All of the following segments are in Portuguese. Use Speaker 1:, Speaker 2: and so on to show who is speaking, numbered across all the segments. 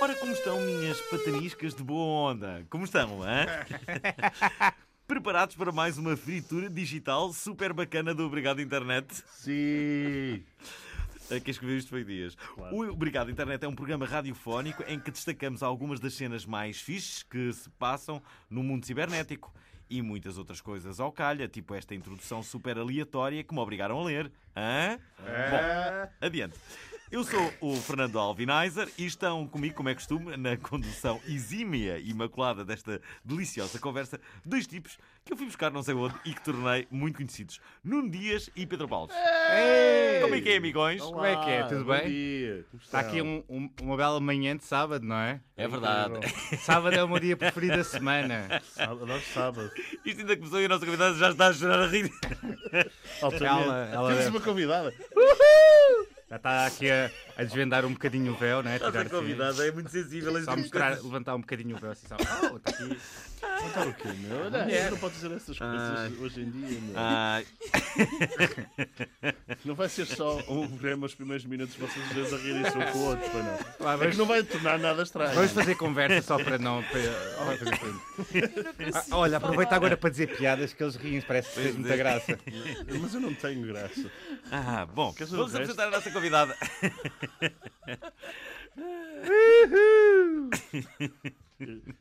Speaker 1: Ora, como estão minhas pataniscas de boa onda? Como estão, hã? Preparados para mais uma fritura digital super bacana do Obrigado Internet?
Speaker 2: Sim!
Speaker 1: É, Quem escreveu isto foi Dias. O Obrigado Internet é um programa radiofónico em que destacamos algumas das cenas mais fixes que se passam no mundo cibernético. E muitas outras coisas ao calha, tipo esta introdução super aleatória que me obrigaram a ler. Hã?
Speaker 2: Ah,
Speaker 1: Adiante. Eu sou o Fernando Alvinaiser e estão comigo, como é costume, na condução exímia e imaculada desta deliciosa conversa, dois tipos que eu fui buscar não sei onde e que tornei muito conhecidos: Nuno Dias e Pedro Paulo. Como é que é, amigões?
Speaker 3: Como é que é? Tudo
Speaker 2: Então bom
Speaker 3: bem?
Speaker 2: Dia. Como
Speaker 3: Está
Speaker 2: estão?
Speaker 3: aqui um- um- uma bela manhã de sábado, não é?
Speaker 1: É verdade.
Speaker 3: Sábado é o meu dia preferido da semana.
Speaker 2: Sábado, adoro sábado.
Speaker 1: Isto ainda começou e a nossa convidada já está a chorar a rir.
Speaker 3: Ela- ela- é-
Speaker 2: Temos uma convidada.
Speaker 3: Já está aqui a, a desvendar um bocadinho o véu, não é? Tirar
Speaker 1: Nossa
Speaker 3: assim-
Speaker 1: convidada é muito sensível. tipo
Speaker 3: Só mostrar, levantar um bocadinho o véu assim, só. Oh, está aqui.
Speaker 2: Então, o quê, meu? Olha,
Speaker 3: Mulher.
Speaker 2: eu não pode dizer essas coisas
Speaker 1: Ai.
Speaker 2: hoje em dia, meu.
Speaker 1: Ah,
Speaker 2: Não vai ser só um programa os primeiros minutos vocês os dois a rirem-se um com o outro, pois não.
Speaker 3: Lá,
Speaker 2: É que
Speaker 3: vamos,
Speaker 2: não vai tornar nada estranho.
Speaker 3: vamos fazer conversa só para não. Para, para fazer frente. Ah, olha, aproveita agora para dizer piadas que eles riem, parece que fez muita
Speaker 1: é.
Speaker 3: graça.
Speaker 2: Mas eu não tenho graça.
Speaker 1: ah, bom,
Speaker 2: dizer,
Speaker 1: vamos
Speaker 2: o resto?
Speaker 1: apresentar a nossa convidada.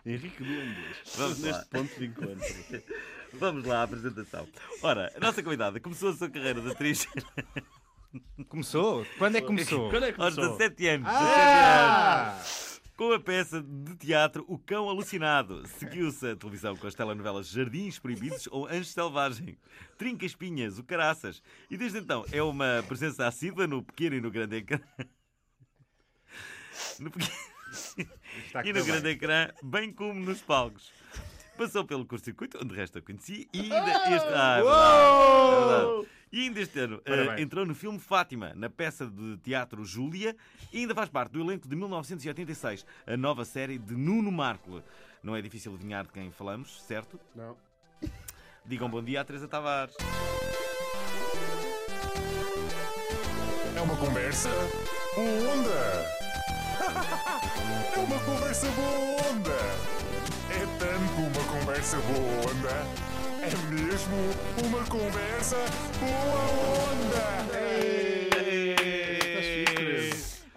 Speaker 2: Henrique Mendes.
Speaker 1: Vamos lá.
Speaker 2: neste ponto de encontro.
Speaker 1: Vamos lá à apresentação. Ora, a nossa convidada começou a sua carreira de atriz
Speaker 3: Começou? Quando é que começou?
Speaker 2: Quando é que
Speaker 1: aos
Speaker 2: começou?
Speaker 1: 17 anos.
Speaker 3: Ah!
Speaker 1: Com a peça de teatro O Cão Alucinado, seguiu-se a televisão com as telenovelas Jardins Proibidos ou Anjos Selvagem, Trinca Espinhas, O Caraças, e desde então é uma presença assídua no pequeno e no grande ecrã. No pequeno
Speaker 3: Está a
Speaker 1: e no
Speaker 3: correr
Speaker 1: grande
Speaker 3: bem.
Speaker 1: ecrã, bem como nos palcos. Passou pelo curto-circuito, onde de resto a conheci, e ainda este. Ah, é verdade, é verdade. E ainda este ano eh,
Speaker 3: Parabéns.
Speaker 1: entrou no filme Fátima, na peça de teatro Júlia, e ainda faz parte do elenco de 1986, a nova série de Nuno Marco. Não é difícil adivinhar de quem falamos, certo?
Speaker 2: Não.
Speaker 1: Digam bom dia à Teresa Tavares.
Speaker 4: É uma conversa boa onda. É uma conversa boa onda. É tanto uma conversa boa onda. É mesmo uma conversa boa onda. É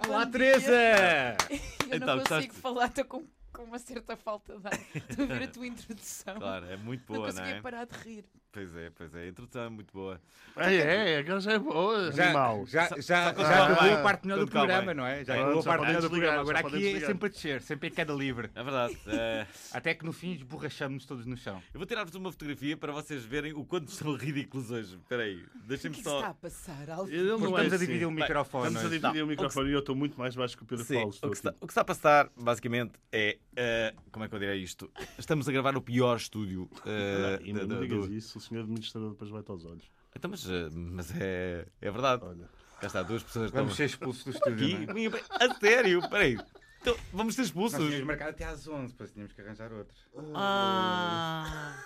Speaker 3: Olá,
Speaker 5: Bom
Speaker 3: Teresa!
Speaker 5: Eu
Speaker 1: Então,
Speaker 5: não consigo
Speaker 1: gostaste?
Speaker 5: falar, estou com, com uma certa falta de ar. Estou a ver a tua introdução.
Speaker 1: Claro, é muito
Speaker 5: não
Speaker 1: boa, não,
Speaker 5: conseguia
Speaker 1: é?
Speaker 5: parar de rir.
Speaker 1: Pois é, pois é. A introdução é muito boa.
Speaker 2: Ah, é, agora já é boa.
Speaker 3: Já,
Speaker 2: animal.
Speaker 3: já,
Speaker 1: Só- só
Speaker 3: já, já
Speaker 1: quando vai
Speaker 3: acabou
Speaker 1: bem.
Speaker 3: a parte melhor do
Speaker 1: Quando corre Então
Speaker 3: programa,
Speaker 1: tá bem.
Speaker 3: não é? Já
Speaker 2: Pronto,
Speaker 3: acabou a
Speaker 2: só
Speaker 3: parte
Speaker 2: podem
Speaker 3: melhor do
Speaker 2: desligar,
Speaker 3: programa.
Speaker 2: só
Speaker 3: Agora
Speaker 2: podem
Speaker 3: aqui é
Speaker 2: desligar.
Speaker 3: sempre a descer, sempre em queda livre.
Speaker 1: É verdade. eh,
Speaker 3: Até que no fim esborrachamos todos no chão.
Speaker 1: eu vou tirar-vos uma fotografia para vocês verem o quanto são ridículos hoje. Espera aí,
Speaker 5: O
Speaker 1: deixem-me
Speaker 5: que é que se
Speaker 1: só.
Speaker 5: está a passar? Algo...
Speaker 2: Ele não
Speaker 3: Porque
Speaker 2: é
Speaker 3: estamos a
Speaker 2: assim.
Speaker 3: dividir o microfone.
Speaker 2: Estamos a
Speaker 3: não é?
Speaker 2: dividir
Speaker 1: Não,
Speaker 2: o microfone e eu estou muito mais baixo que o Pedro
Speaker 1: Sim,
Speaker 2: Paulo.
Speaker 1: o,
Speaker 2: estou
Speaker 1: que está,
Speaker 2: aqui.
Speaker 1: o que está a passar, basicamente, é. eh, como é que eu direi isto? Estamos a gravar o pior estúdio. eh,
Speaker 2: E não
Speaker 1: do- do-
Speaker 2: digas
Speaker 1: do-
Speaker 2: isso, o senhor administrador depois vai-te aos olhos.
Speaker 1: Então, mas, eh, mas é, é verdade.
Speaker 2: Olha.
Speaker 1: Cá está, duas pessoas
Speaker 3: Vamos ser
Speaker 1: estão
Speaker 3: expulsos do
Speaker 1: aqui.
Speaker 3: estúdio. não é?
Speaker 1: Minha bem, A sério, peraí. Então, vamos ser
Speaker 3: Nós tínhamos
Speaker 1: expulsos.
Speaker 3: marcado até às 11, depois tínhamos que arranjar outro.
Speaker 1: Ah.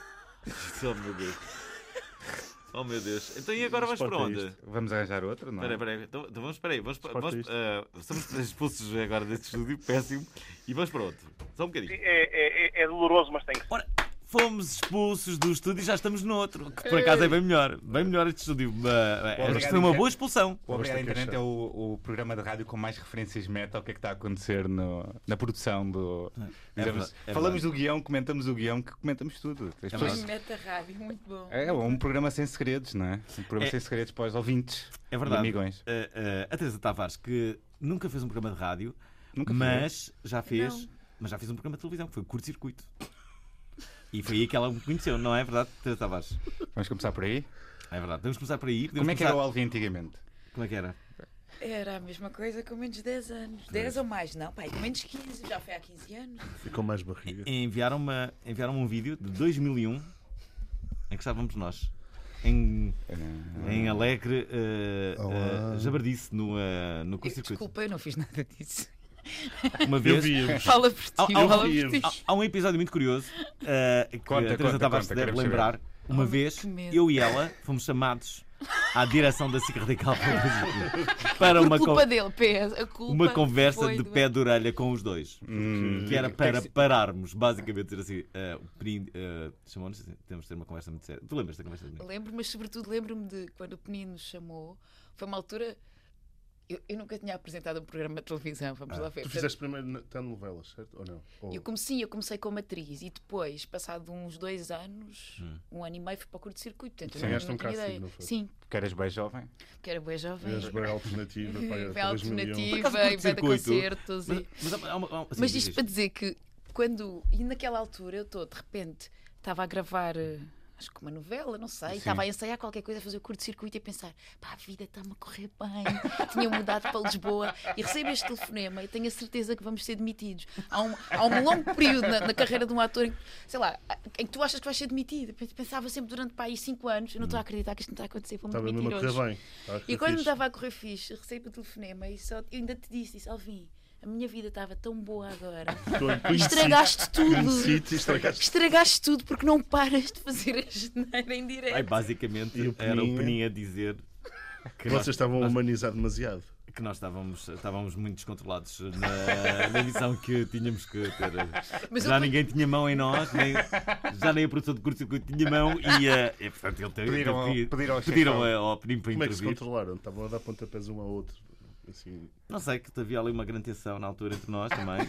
Speaker 1: Oh, meu Deus. Oh, meu Deus. Então, e agora vais para
Speaker 2: Exporta
Speaker 1: onde?
Speaker 2: é isto.
Speaker 3: Vamos arranjar outro, não
Speaker 1: Espera,
Speaker 3: é?
Speaker 1: aí, espera. aí. Então, então vamos, espera aí. Vamos,
Speaker 2: Exporta
Speaker 1: vamos,
Speaker 2: isto.
Speaker 1: eh, estamos expulsos agora deste estúdio, péssimo. E vamos para outro. Só um bocadinho.
Speaker 6: é, é- é doloroso, mas tem que ser.
Speaker 1: Ora, fomos expulsos do estúdio e já estamos noutro. Que
Speaker 6: Eh.
Speaker 1: por acaso é bem melhor. Bem melhor este estúdio. Ah, ah, Esta foi uma boa expulsão.
Speaker 3: O Obrigado
Speaker 2: Vamos ter que
Speaker 3: Internet
Speaker 2: achar.
Speaker 3: é o, o programa de rádio com mais referências meta ao que é que está a acontecer no- na produção do. Dizemos-
Speaker 1: verdade, é
Speaker 3: falamos do guião, comentamos o guião, que comentamos tudo. As pessoas-
Speaker 5: Bem, meta rádio, muito bom.
Speaker 3: É um programa sem segredos, não é? Um programa
Speaker 1: É.
Speaker 3: sem segredos para os ouvintes.
Speaker 1: É verdade.
Speaker 3: E amigões.
Speaker 1: Ah, ah, a Teresa Tavares, que nunca fez um programa de rádio,
Speaker 3: Nunca fiz.
Speaker 1: mas já fez.
Speaker 5: Não.
Speaker 1: Mas já fez um programa de televisão, que foi o curto-circuito. E foi aí que ela me conheceu, não é verdade, Teresa Tavares?
Speaker 3: Vamos começar por aí?
Speaker 1: É verdade. Vamos começar por aí. podemos
Speaker 3: Como é que
Speaker 1: começar-
Speaker 3: era o Alvin antigamente?
Speaker 1: Como é que era?
Speaker 7: Era a mesma coisa com menos 10 anos. 10 ou mais, não, pai, com menos 15, já foi há 15 anos.
Speaker 2: E com mais barriga.
Speaker 1: Enviaram-me enviaram um vídeo de 2001 em que estávamos nós. Em,
Speaker 3: Ah.
Speaker 1: em Alegre, eh, eh, Jabardice, no, eh, no
Speaker 5: Eu,
Speaker 1: curto-circuito.
Speaker 5: desculpa, eu não fiz nada disso.
Speaker 1: Uma
Speaker 2: Eu
Speaker 1: vez,
Speaker 2: vi-vos.
Speaker 5: Fala por
Speaker 1: Ao-
Speaker 5: ti,
Speaker 1: ao-
Speaker 5: fala por ti.
Speaker 2: ao-
Speaker 1: Há, há um episódio muito curioso eh, que
Speaker 3: Conta,
Speaker 1: a Teresa
Speaker 3: conta,
Speaker 1: Tavares se
Speaker 3: conta,
Speaker 1: deve
Speaker 3: queremos
Speaker 1: lembrar. Uma
Speaker 5: Oh,
Speaker 1: vez,
Speaker 5: que medo.
Speaker 1: eu e ela fomos chamados à direção da SIC Radical para- para
Speaker 5: Por
Speaker 1: uma,
Speaker 5: culpa
Speaker 1: con-
Speaker 5: dele, PS. A culpa
Speaker 1: uma conversa
Speaker 5: foi é?
Speaker 1: de
Speaker 5: do-
Speaker 1: pé de orelha com os dois.
Speaker 3: Hum,
Speaker 1: Que era para pararmos, basicamente, dizer assim: eh, o Penin, eh, chamou-nos, assim, temos de ter uma conversa muito séria. Tu lembras da conversa de
Speaker 5: Lembro, mas sobretudo lembro-me de quando o Penino nos chamou. Foi uma altura. Eu, eu nunca tinha apresentado um programa de televisão, vamos lá
Speaker 2: Ah,
Speaker 5: ver.
Speaker 2: Tu
Speaker 5: Portanto,
Speaker 2: fizeste primeiro na- telenovelas, certo? Ou não? Ou-
Speaker 5: Eu comecei, eu comecei como atriz e depois, passado uns dois anos, um ano e meio, fui para o curto-circuito. Portanto, eu
Speaker 2: Hum. Sim,
Speaker 5: não-
Speaker 2: ganhaste
Speaker 5: não
Speaker 2: um
Speaker 5: tinha
Speaker 2: casting,
Speaker 5: ideia.
Speaker 2: não foi?
Speaker 5: Sim,
Speaker 3: Porque eras bem jovem.
Speaker 5: porque era boa jovem.
Speaker 2: Mas bem alternativa, pá,
Speaker 5: Bem
Speaker 2: para 2001.
Speaker 5: alternativa, e vai dar
Speaker 1: curto-circuito.
Speaker 5: concertos.
Speaker 1: Mas,
Speaker 5: e-
Speaker 1: mas, há uma- há uma- há uma- sim,
Speaker 5: Mas
Speaker 1: diz
Speaker 5: isto para dizer que quando. E naquela altura eu estou, de repente, estava a gravar. eh, Acho que uma novela, não sei, estava a ensaiar qualquer coisa, a fazer o curto-circuito e a pensar: pá, a vida está-me a correr bem, tinha mudado para Lisboa e recebo este telefonema e tenho a certeza que vamos ser demitidos. Há um, há um longo período na, na carreira de um ator, em, que, sei lá, em que tu achas que vais ser demitido. Pensava sempre durante pá, aí 5 anos, eu não estou a acreditar que isto não está a acontecer, vou-me
Speaker 2: Estava
Speaker 5: demitir
Speaker 2: mesmo a
Speaker 5: hoje.
Speaker 2: correr bem. Estava a correr
Speaker 5: E quando me
Speaker 2: fixe.
Speaker 5: estava a correr fixe, recebo o telefonema e só, eu ainda te disse, disse, Alvin, a minha vida estava tão boa agora.
Speaker 2: Quando conheci-
Speaker 5: Estragaste tudo.
Speaker 2: Conheci-te e estragaste.
Speaker 5: Estragaste tudo porque não paras de fazer a geneira em direto.
Speaker 1: Ai, basicamente,
Speaker 2: E o
Speaker 1: era o
Speaker 2: Peninha?
Speaker 1: Penin a dizer que nós,
Speaker 2: Vocês estavam a humanizar demasiado.
Speaker 1: que nós estávamos, estávamos muito descontrolados na, na missão que tínhamos que ter.
Speaker 5: Mas
Speaker 1: já
Speaker 5: eu-
Speaker 1: ninguém tinha mão em nós, nem- já nem a produção de curto-circuito tinha mão e, eh, e, portanto, ele teve,
Speaker 3: Pediram ao-
Speaker 1: teve que-
Speaker 3: pediram ao
Speaker 1: pediram
Speaker 3: chefão.
Speaker 1: ao Penin para
Speaker 2: Como é que se
Speaker 1: intervir.
Speaker 2: controlaram? Estavam a dar pontapés um ao outro. Assim,
Speaker 1: Não sei, que havia ali uma grande tensão na altura entre nós também.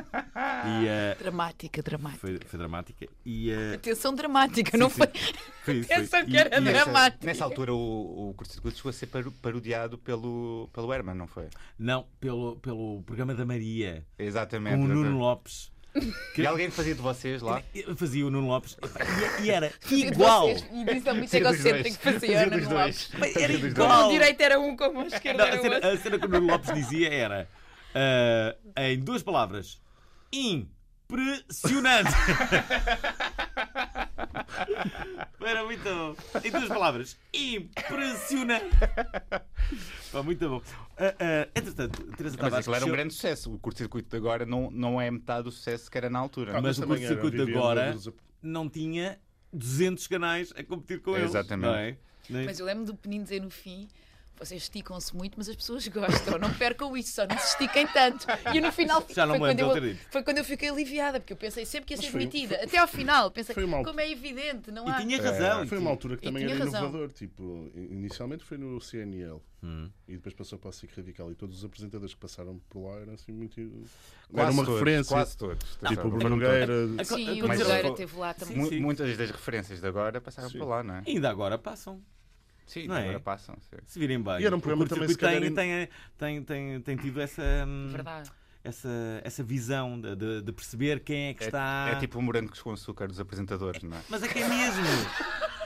Speaker 1: E eh,
Speaker 5: Dramática, dramática.
Speaker 1: foi, foi dramática. E eh,
Speaker 5: Atenção dramática, não foi?
Speaker 1: foi isso. foi isso.
Speaker 5: Atenção que
Speaker 1: E-
Speaker 5: era né?
Speaker 1: e-
Speaker 5: dramática.
Speaker 3: Nessa altura o, o curto-circuito chegou a ser paro- parodiado pelo, pelo Herman, não foi?
Speaker 1: não, pelo, pelo programa da Maria, com
Speaker 3: Exatamente.
Speaker 1: o Nuno Lopes.
Speaker 3: E alguém fazia de vocês lá?
Speaker 1: Eu Fazia o Nuno Lopes e- e era
Speaker 5: Fazia de
Speaker 1: igual.
Speaker 5: vocês. E disse ao muito
Speaker 3: Fazia dos
Speaker 5: egocêntrico que
Speaker 3: dois.
Speaker 5: fazia
Speaker 3: Fazia
Speaker 5: Ana
Speaker 3: dos
Speaker 5: no
Speaker 3: dois.
Speaker 5: Lopes.
Speaker 1: Era
Speaker 5: Como o
Speaker 1: igual.
Speaker 5: direito era um, como a esquerda
Speaker 1: Não, assim,
Speaker 5: era
Speaker 1: a,
Speaker 5: o
Speaker 1: cena,
Speaker 5: outro.
Speaker 1: a cena que o Nuno Lopes dizia era ah, em duas palavras: impressionante. Era muito bom. Em duas palavras, impressionante. Pá, muito bom. Ah, ah, entretanto, Teresa
Speaker 3: Mas
Speaker 1: Tavares.
Speaker 3: aquilo era um
Speaker 1: cresceu-
Speaker 3: grande sucesso. O curto-circuito de agora não, não é metade do sucesso que era na altura. é?
Speaker 1: Mas
Speaker 2: Mas
Speaker 1: o
Speaker 2: também era,
Speaker 1: curto-circuito
Speaker 2: vivia
Speaker 1: agora
Speaker 2: nos-
Speaker 1: não tinha 200 canais a competir com eles.
Speaker 3: Exatamente.
Speaker 1: não é? Nem-
Speaker 5: Mas eu lembro do Penin dizer no fim. Vocês esticam-se muito, mas as pessoas gostam. Não percam isso, só não se estiquem tanto. E no final
Speaker 1: Já não me
Speaker 5: foi,
Speaker 1: lembro de ele
Speaker 5: quando
Speaker 1: ter
Speaker 5: eu,
Speaker 1: dito. um-
Speaker 5: foi quando eu fiquei aliviada, porque eu pensei sempre que ia ser
Speaker 2: foi-
Speaker 5: demitida. Até ao final, pensei,
Speaker 2: foi uma altura-
Speaker 5: como é evidente, não há.
Speaker 1: E
Speaker 3: É.
Speaker 1: tinha razão. e
Speaker 2: Foi uma altura que
Speaker 5: E
Speaker 2: também
Speaker 5: tinha
Speaker 2: era
Speaker 5: razão.
Speaker 2: inovador. Tipo, in- inicialmente foi no CNL
Speaker 3: Hum.
Speaker 2: e depois passou para a SIC Radical. E todos os apresentadores que passaram por lá eram assim muito. era uma
Speaker 3: todos,
Speaker 2: referência.
Speaker 3: Quase todos.
Speaker 2: Tipo, o
Speaker 3: Atenção,
Speaker 2: Bruno Nogueira.
Speaker 1: Aco-
Speaker 5: Sim, o
Speaker 1: aconteceu-
Speaker 5: Moreira esteve lá também.
Speaker 3: mu-
Speaker 1: Sim.
Speaker 3: Muitas das referências de agora passaram por lá, não é?
Speaker 1: Ainda agora passam.
Speaker 3: Sim,
Speaker 1: Não é?
Speaker 3: agora passam. sim.
Speaker 1: Se virem bem.
Speaker 2: E era um
Speaker 1: O
Speaker 2: programa também,
Speaker 1: curto-circuito
Speaker 2: se
Speaker 1: tem,
Speaker 2: calhar,
Speaker 1: tem, tem, tem, tem tido essa,
Speaker 3: É
Speaker 1: hum,
Speaker 5: é Verdade.
Speaker 1: essa, essa visão de, de- de perceber quem é que
Speaker 3: É,
Speaker 1: está.
Speaker 3: é tipo o morangos com açúcar dos apresentadores, não é?
Speaker 1: Mas é que é mesmo!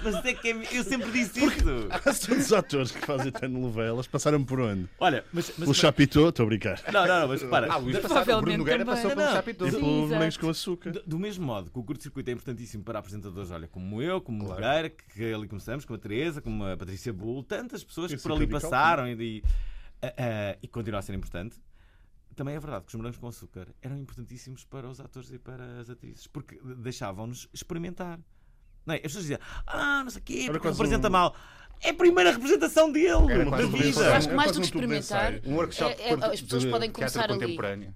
Speaker 1: Mas é que é me- Eu sempre disse isso!
Speaker 2: Quase todos os atores que fazem telenovelas passaram por onde?
Speaker 1: Olha, mas. mas
Speaker 2: Pelo Chapitô, estou a brincar.
Speaker 1: não, não, não, mas repara.
Speaker 3: Ah, o Luís passado, o Bruno
Speaker 5: Provavelmente
Speaker 3: Nogueira
Speaker 5: também.
Speaker 3: passou
Speaker 1: Não,
Speaker 3: pelo
Speaker 1: não.
Speaker 3: Chapitão.
Speaker 5: Sim,
Speaker 2: Pelo
Speaker 5: exato.
Speaker 2: Morangos Tipo, com Açúcar.
Speaker 1: do- Do mesmo modo que o curto-circuito é importantíssimo para apresentadores, olha, como eu, como o Nogueira, que, que ali começamos, como a Teresa, como a Patrícia Bull, tantas pessoas que
Speaker 2: Esse
Speaker 1: por ali
Speaker 2: radical,
Speaker 1: passaram e, e, ah, ah, e continua a ser importante. Também é verdade que os morangos com açúcar eram importantíssimos para os atores e para as atrizes, porque deixavam-nos experimentar. Não é? As pessoas diziam, ah, não sei o quê, porque
Speaker 2: quase
Speaker 1: representa
Speaker 2: um-
Speaker 1: mal. É a primeira representação dele,
Speaker 3: Era
Speaker 1: da
Speaker 3: quase um
Speaker 1: vida.
Speaker 5: Eu acho que
Speaker 2: É quase
Speaker 5: mais do que
Speaker 2: um tubo de
Speaker 5: experimentar.
Speaker 2: ensaio.
Speaker 3: Um workshop
Speaker 5: é- é-
Speaker 3: de-
Speaker 5: as pessoas
Speaker 3: de
Speaker 5: podem
Speaker 3: teatro
Speaker 5: começar ali.
Speaker 3: contemporâneo.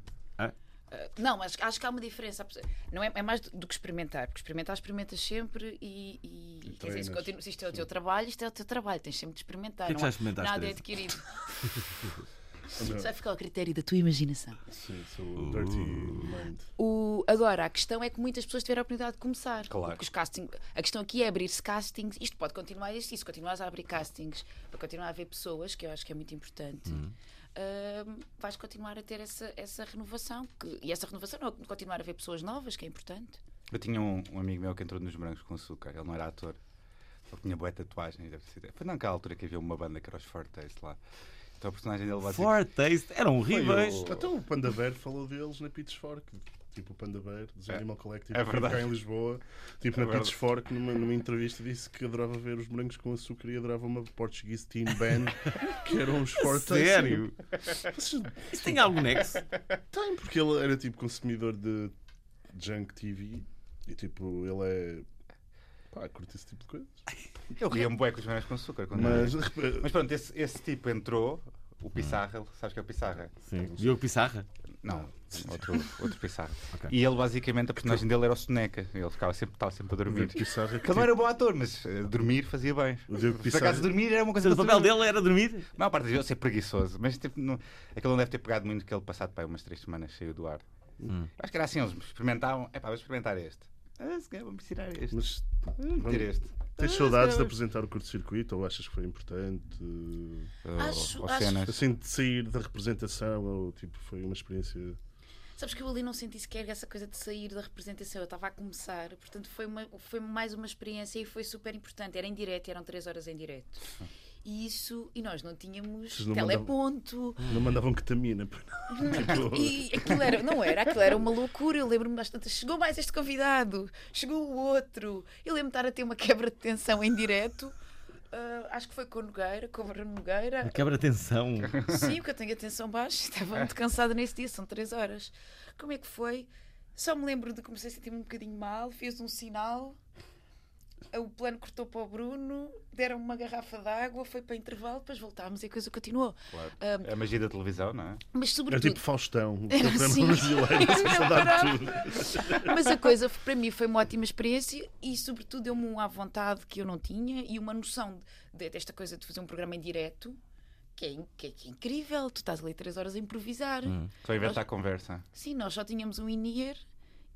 Speaker 5: Não, mas acho que há uma diferença. Há pessoas- Não é, é mais do do que experimentar, porque experimentar, experimentas sempre e. e- quer dizer, se,
Speaker 2: treinas.
Speaker 5: continu- se isto é o teu trabalho, isto é o teu trabalho, tens sempre de experimentar.
Speaker 1: O que é que
Speaker 5: não
Speaker 1: já
Speaker 5: há-
Speaker 1: experimentaste,
Speaker 5: Nada é
Speaker 1: Teresa?
Speaker 5: adquirido. Só fica ao critério da tua imaginação.
Speaker 2: Sim, sou o tipo, Dirty
Speaker 3: Uh.
Speaker 2: Mind.
Speaker 5: O- agora, a questão é que muitas pessoas tiveram a oportunidade de começar.
Speaker 3: Claro.
Speaker 5: Porque os casting, a questão aqui é abrir-se castings. Isto pode continuar a existir. Se continuares a abrir castings, para continuar a haver pessoas, que eu acho que é muito importante,
Speaker 2: Uhum.
Speaker 5: hum, ahm, vais continuar a ter essa, essa renovação. que- e essa renovação não é continuar a haver pessoas novas, que é importante.
Speaker 3: Eu tinha um, um amigo meu que entrou nos Brancos com Açúcar, ele não era ator. Ele tinha boa tatuagens. deve ter sido- Foi naquela altura que havia uma banda que era os Four Taste lá. Então a personagem dele basicamente.
Speaker 1: Four Taste eram horríveis.
Speaker 2: Até Então, o Panda Bear falou deles na Pitchfork. Tipo, o Panda Bear, dos Animal Collective, que
Speaker 3: é
Speaker 2: vive cá
Speaker 3: verdade. É
Speaker 2: em Lisboa. Tipo, na
Speaker 3: verdade.
Speaker 2: Pitchfork, numa, numa entrevista, disse que adorava ver os brancos com açúcar e adorava uma Portuguese Teen Band, que eram os fortes.
Speaker 1: Sério?
Speaker 2: Vocês-
Speaker 1: Isso tem algum nexo?
Speaker 2: Tem, porque ele era tipo consumidor de junk TV e tipo, ele é. Pá, curte esse tipo de coisas.
Speaker 3: Eu ria-me bué com os Brancos com Açúcar. Quando
Speaker 2: Mas.
Speaker 3: era. Mas pronto, esse, esse tipo entrou, o Pissarra, ele- sabes que é o Pissarra?
Speaker 1: Sim. Diogo Pissarra?
Speaker 3: Não, outro, outro Pissarra. E ele basicamente, a personagem dele era o Soneca. Ele ficava sempre, estava sempre a dormir.
Speaker 2: Diogo Pissarra,
Speaker 3: Ele não era bom ator, mas eh, dormir fazia bem.
Speaker 2: O Diogo
Speaker 3: Por acaso,
Speaker 2: Pissarra.
Speaker 3: dormir era uma coisa
Speaker 1: O papel
Speaker 3: muito-
Speaker 1: dele era dormir?
Speaker 3: A maior parte das vezes eu ser preguiçoso, mas tipo, não... aquilo não deve ter pegado muito, que ele passado para umas três semanas saiu do ar. Acho que era assim, eles experimentavam, é pá, vou experimentar este. Ah, se calhar vamos tirar este.
Speaker 2: Mas
Speaker 3: Ah, Vamos meter este. Ah,
Speaker 2: tens saudades de apresentar o curto-circuito ou achas que foi importante?
Speaker 5: Acho-
Speaker 3: Ou- ou
Speaker 5: acho-
Speaker 3: cenas.
Speaker 2: Assim, de sair da representação ou tipo, foi uma experiência.
Speaker 5: Sabes que eu ali não senti sequer essa coisa de sair da representação, eu estava a começar, portanto foi, uma, foi mais uma experiência e foi super importante. Era em direto, e eram três horas em direto. E isso, e nós não tínhamos
Speaker 2: Vocês não
Speaker 5: teleponto,
Speaker 2: Não mandavam ketamina. Tipo, pá.
Speaker 5: e aquilo era, não era, aquilo era uma loucura. Eu lembro-me bastante, chegou mais este convidado, chegou o outro. Eu lembro-me de estar a ter uma quebra de tensão em direto. Ah, acho que foi com o Nogueira, com o Bruno Nogueira.
Speaker 1: Quebra atenção.
Speaker 5: Sim, porque eu tenho a tensão baixa, estava muito cansada nesse dia, são três horas. Como é que foi? Só me lembro de comecei a sentir-me um bocadinho mal, fiz um sinal, o plano cortou para o Bruno, deram uma garrafa de água, foi para intervalo, depois voltámos e a coisa continuou.
Speaker 3: Claro. A magia da televisão, não é?
Speaker 5: Mas
Speaker 2: Era
Speaker 5: sobretudo.
Speaker 2: tipo Faustão, um o
Speaker 5: Era
Speaker 2: programa
Speaker 5: assim.
Speaker 2: brasileiro, que se dá tudo.
Speaker 5: Mas a coisa, foi- para mim, foi uma ótima experiência e, sobretudo, deu-me um à vontade que eu não tinha e uma noção de- desta coisa de fazer um programa em direto, que é, in- que é- que é incrível. Tu estás ali três horas a improvisar.
Speaker 3: Estou a inventar a conversa.
Speaker 5: Sim, nós só tínhamos um in-ear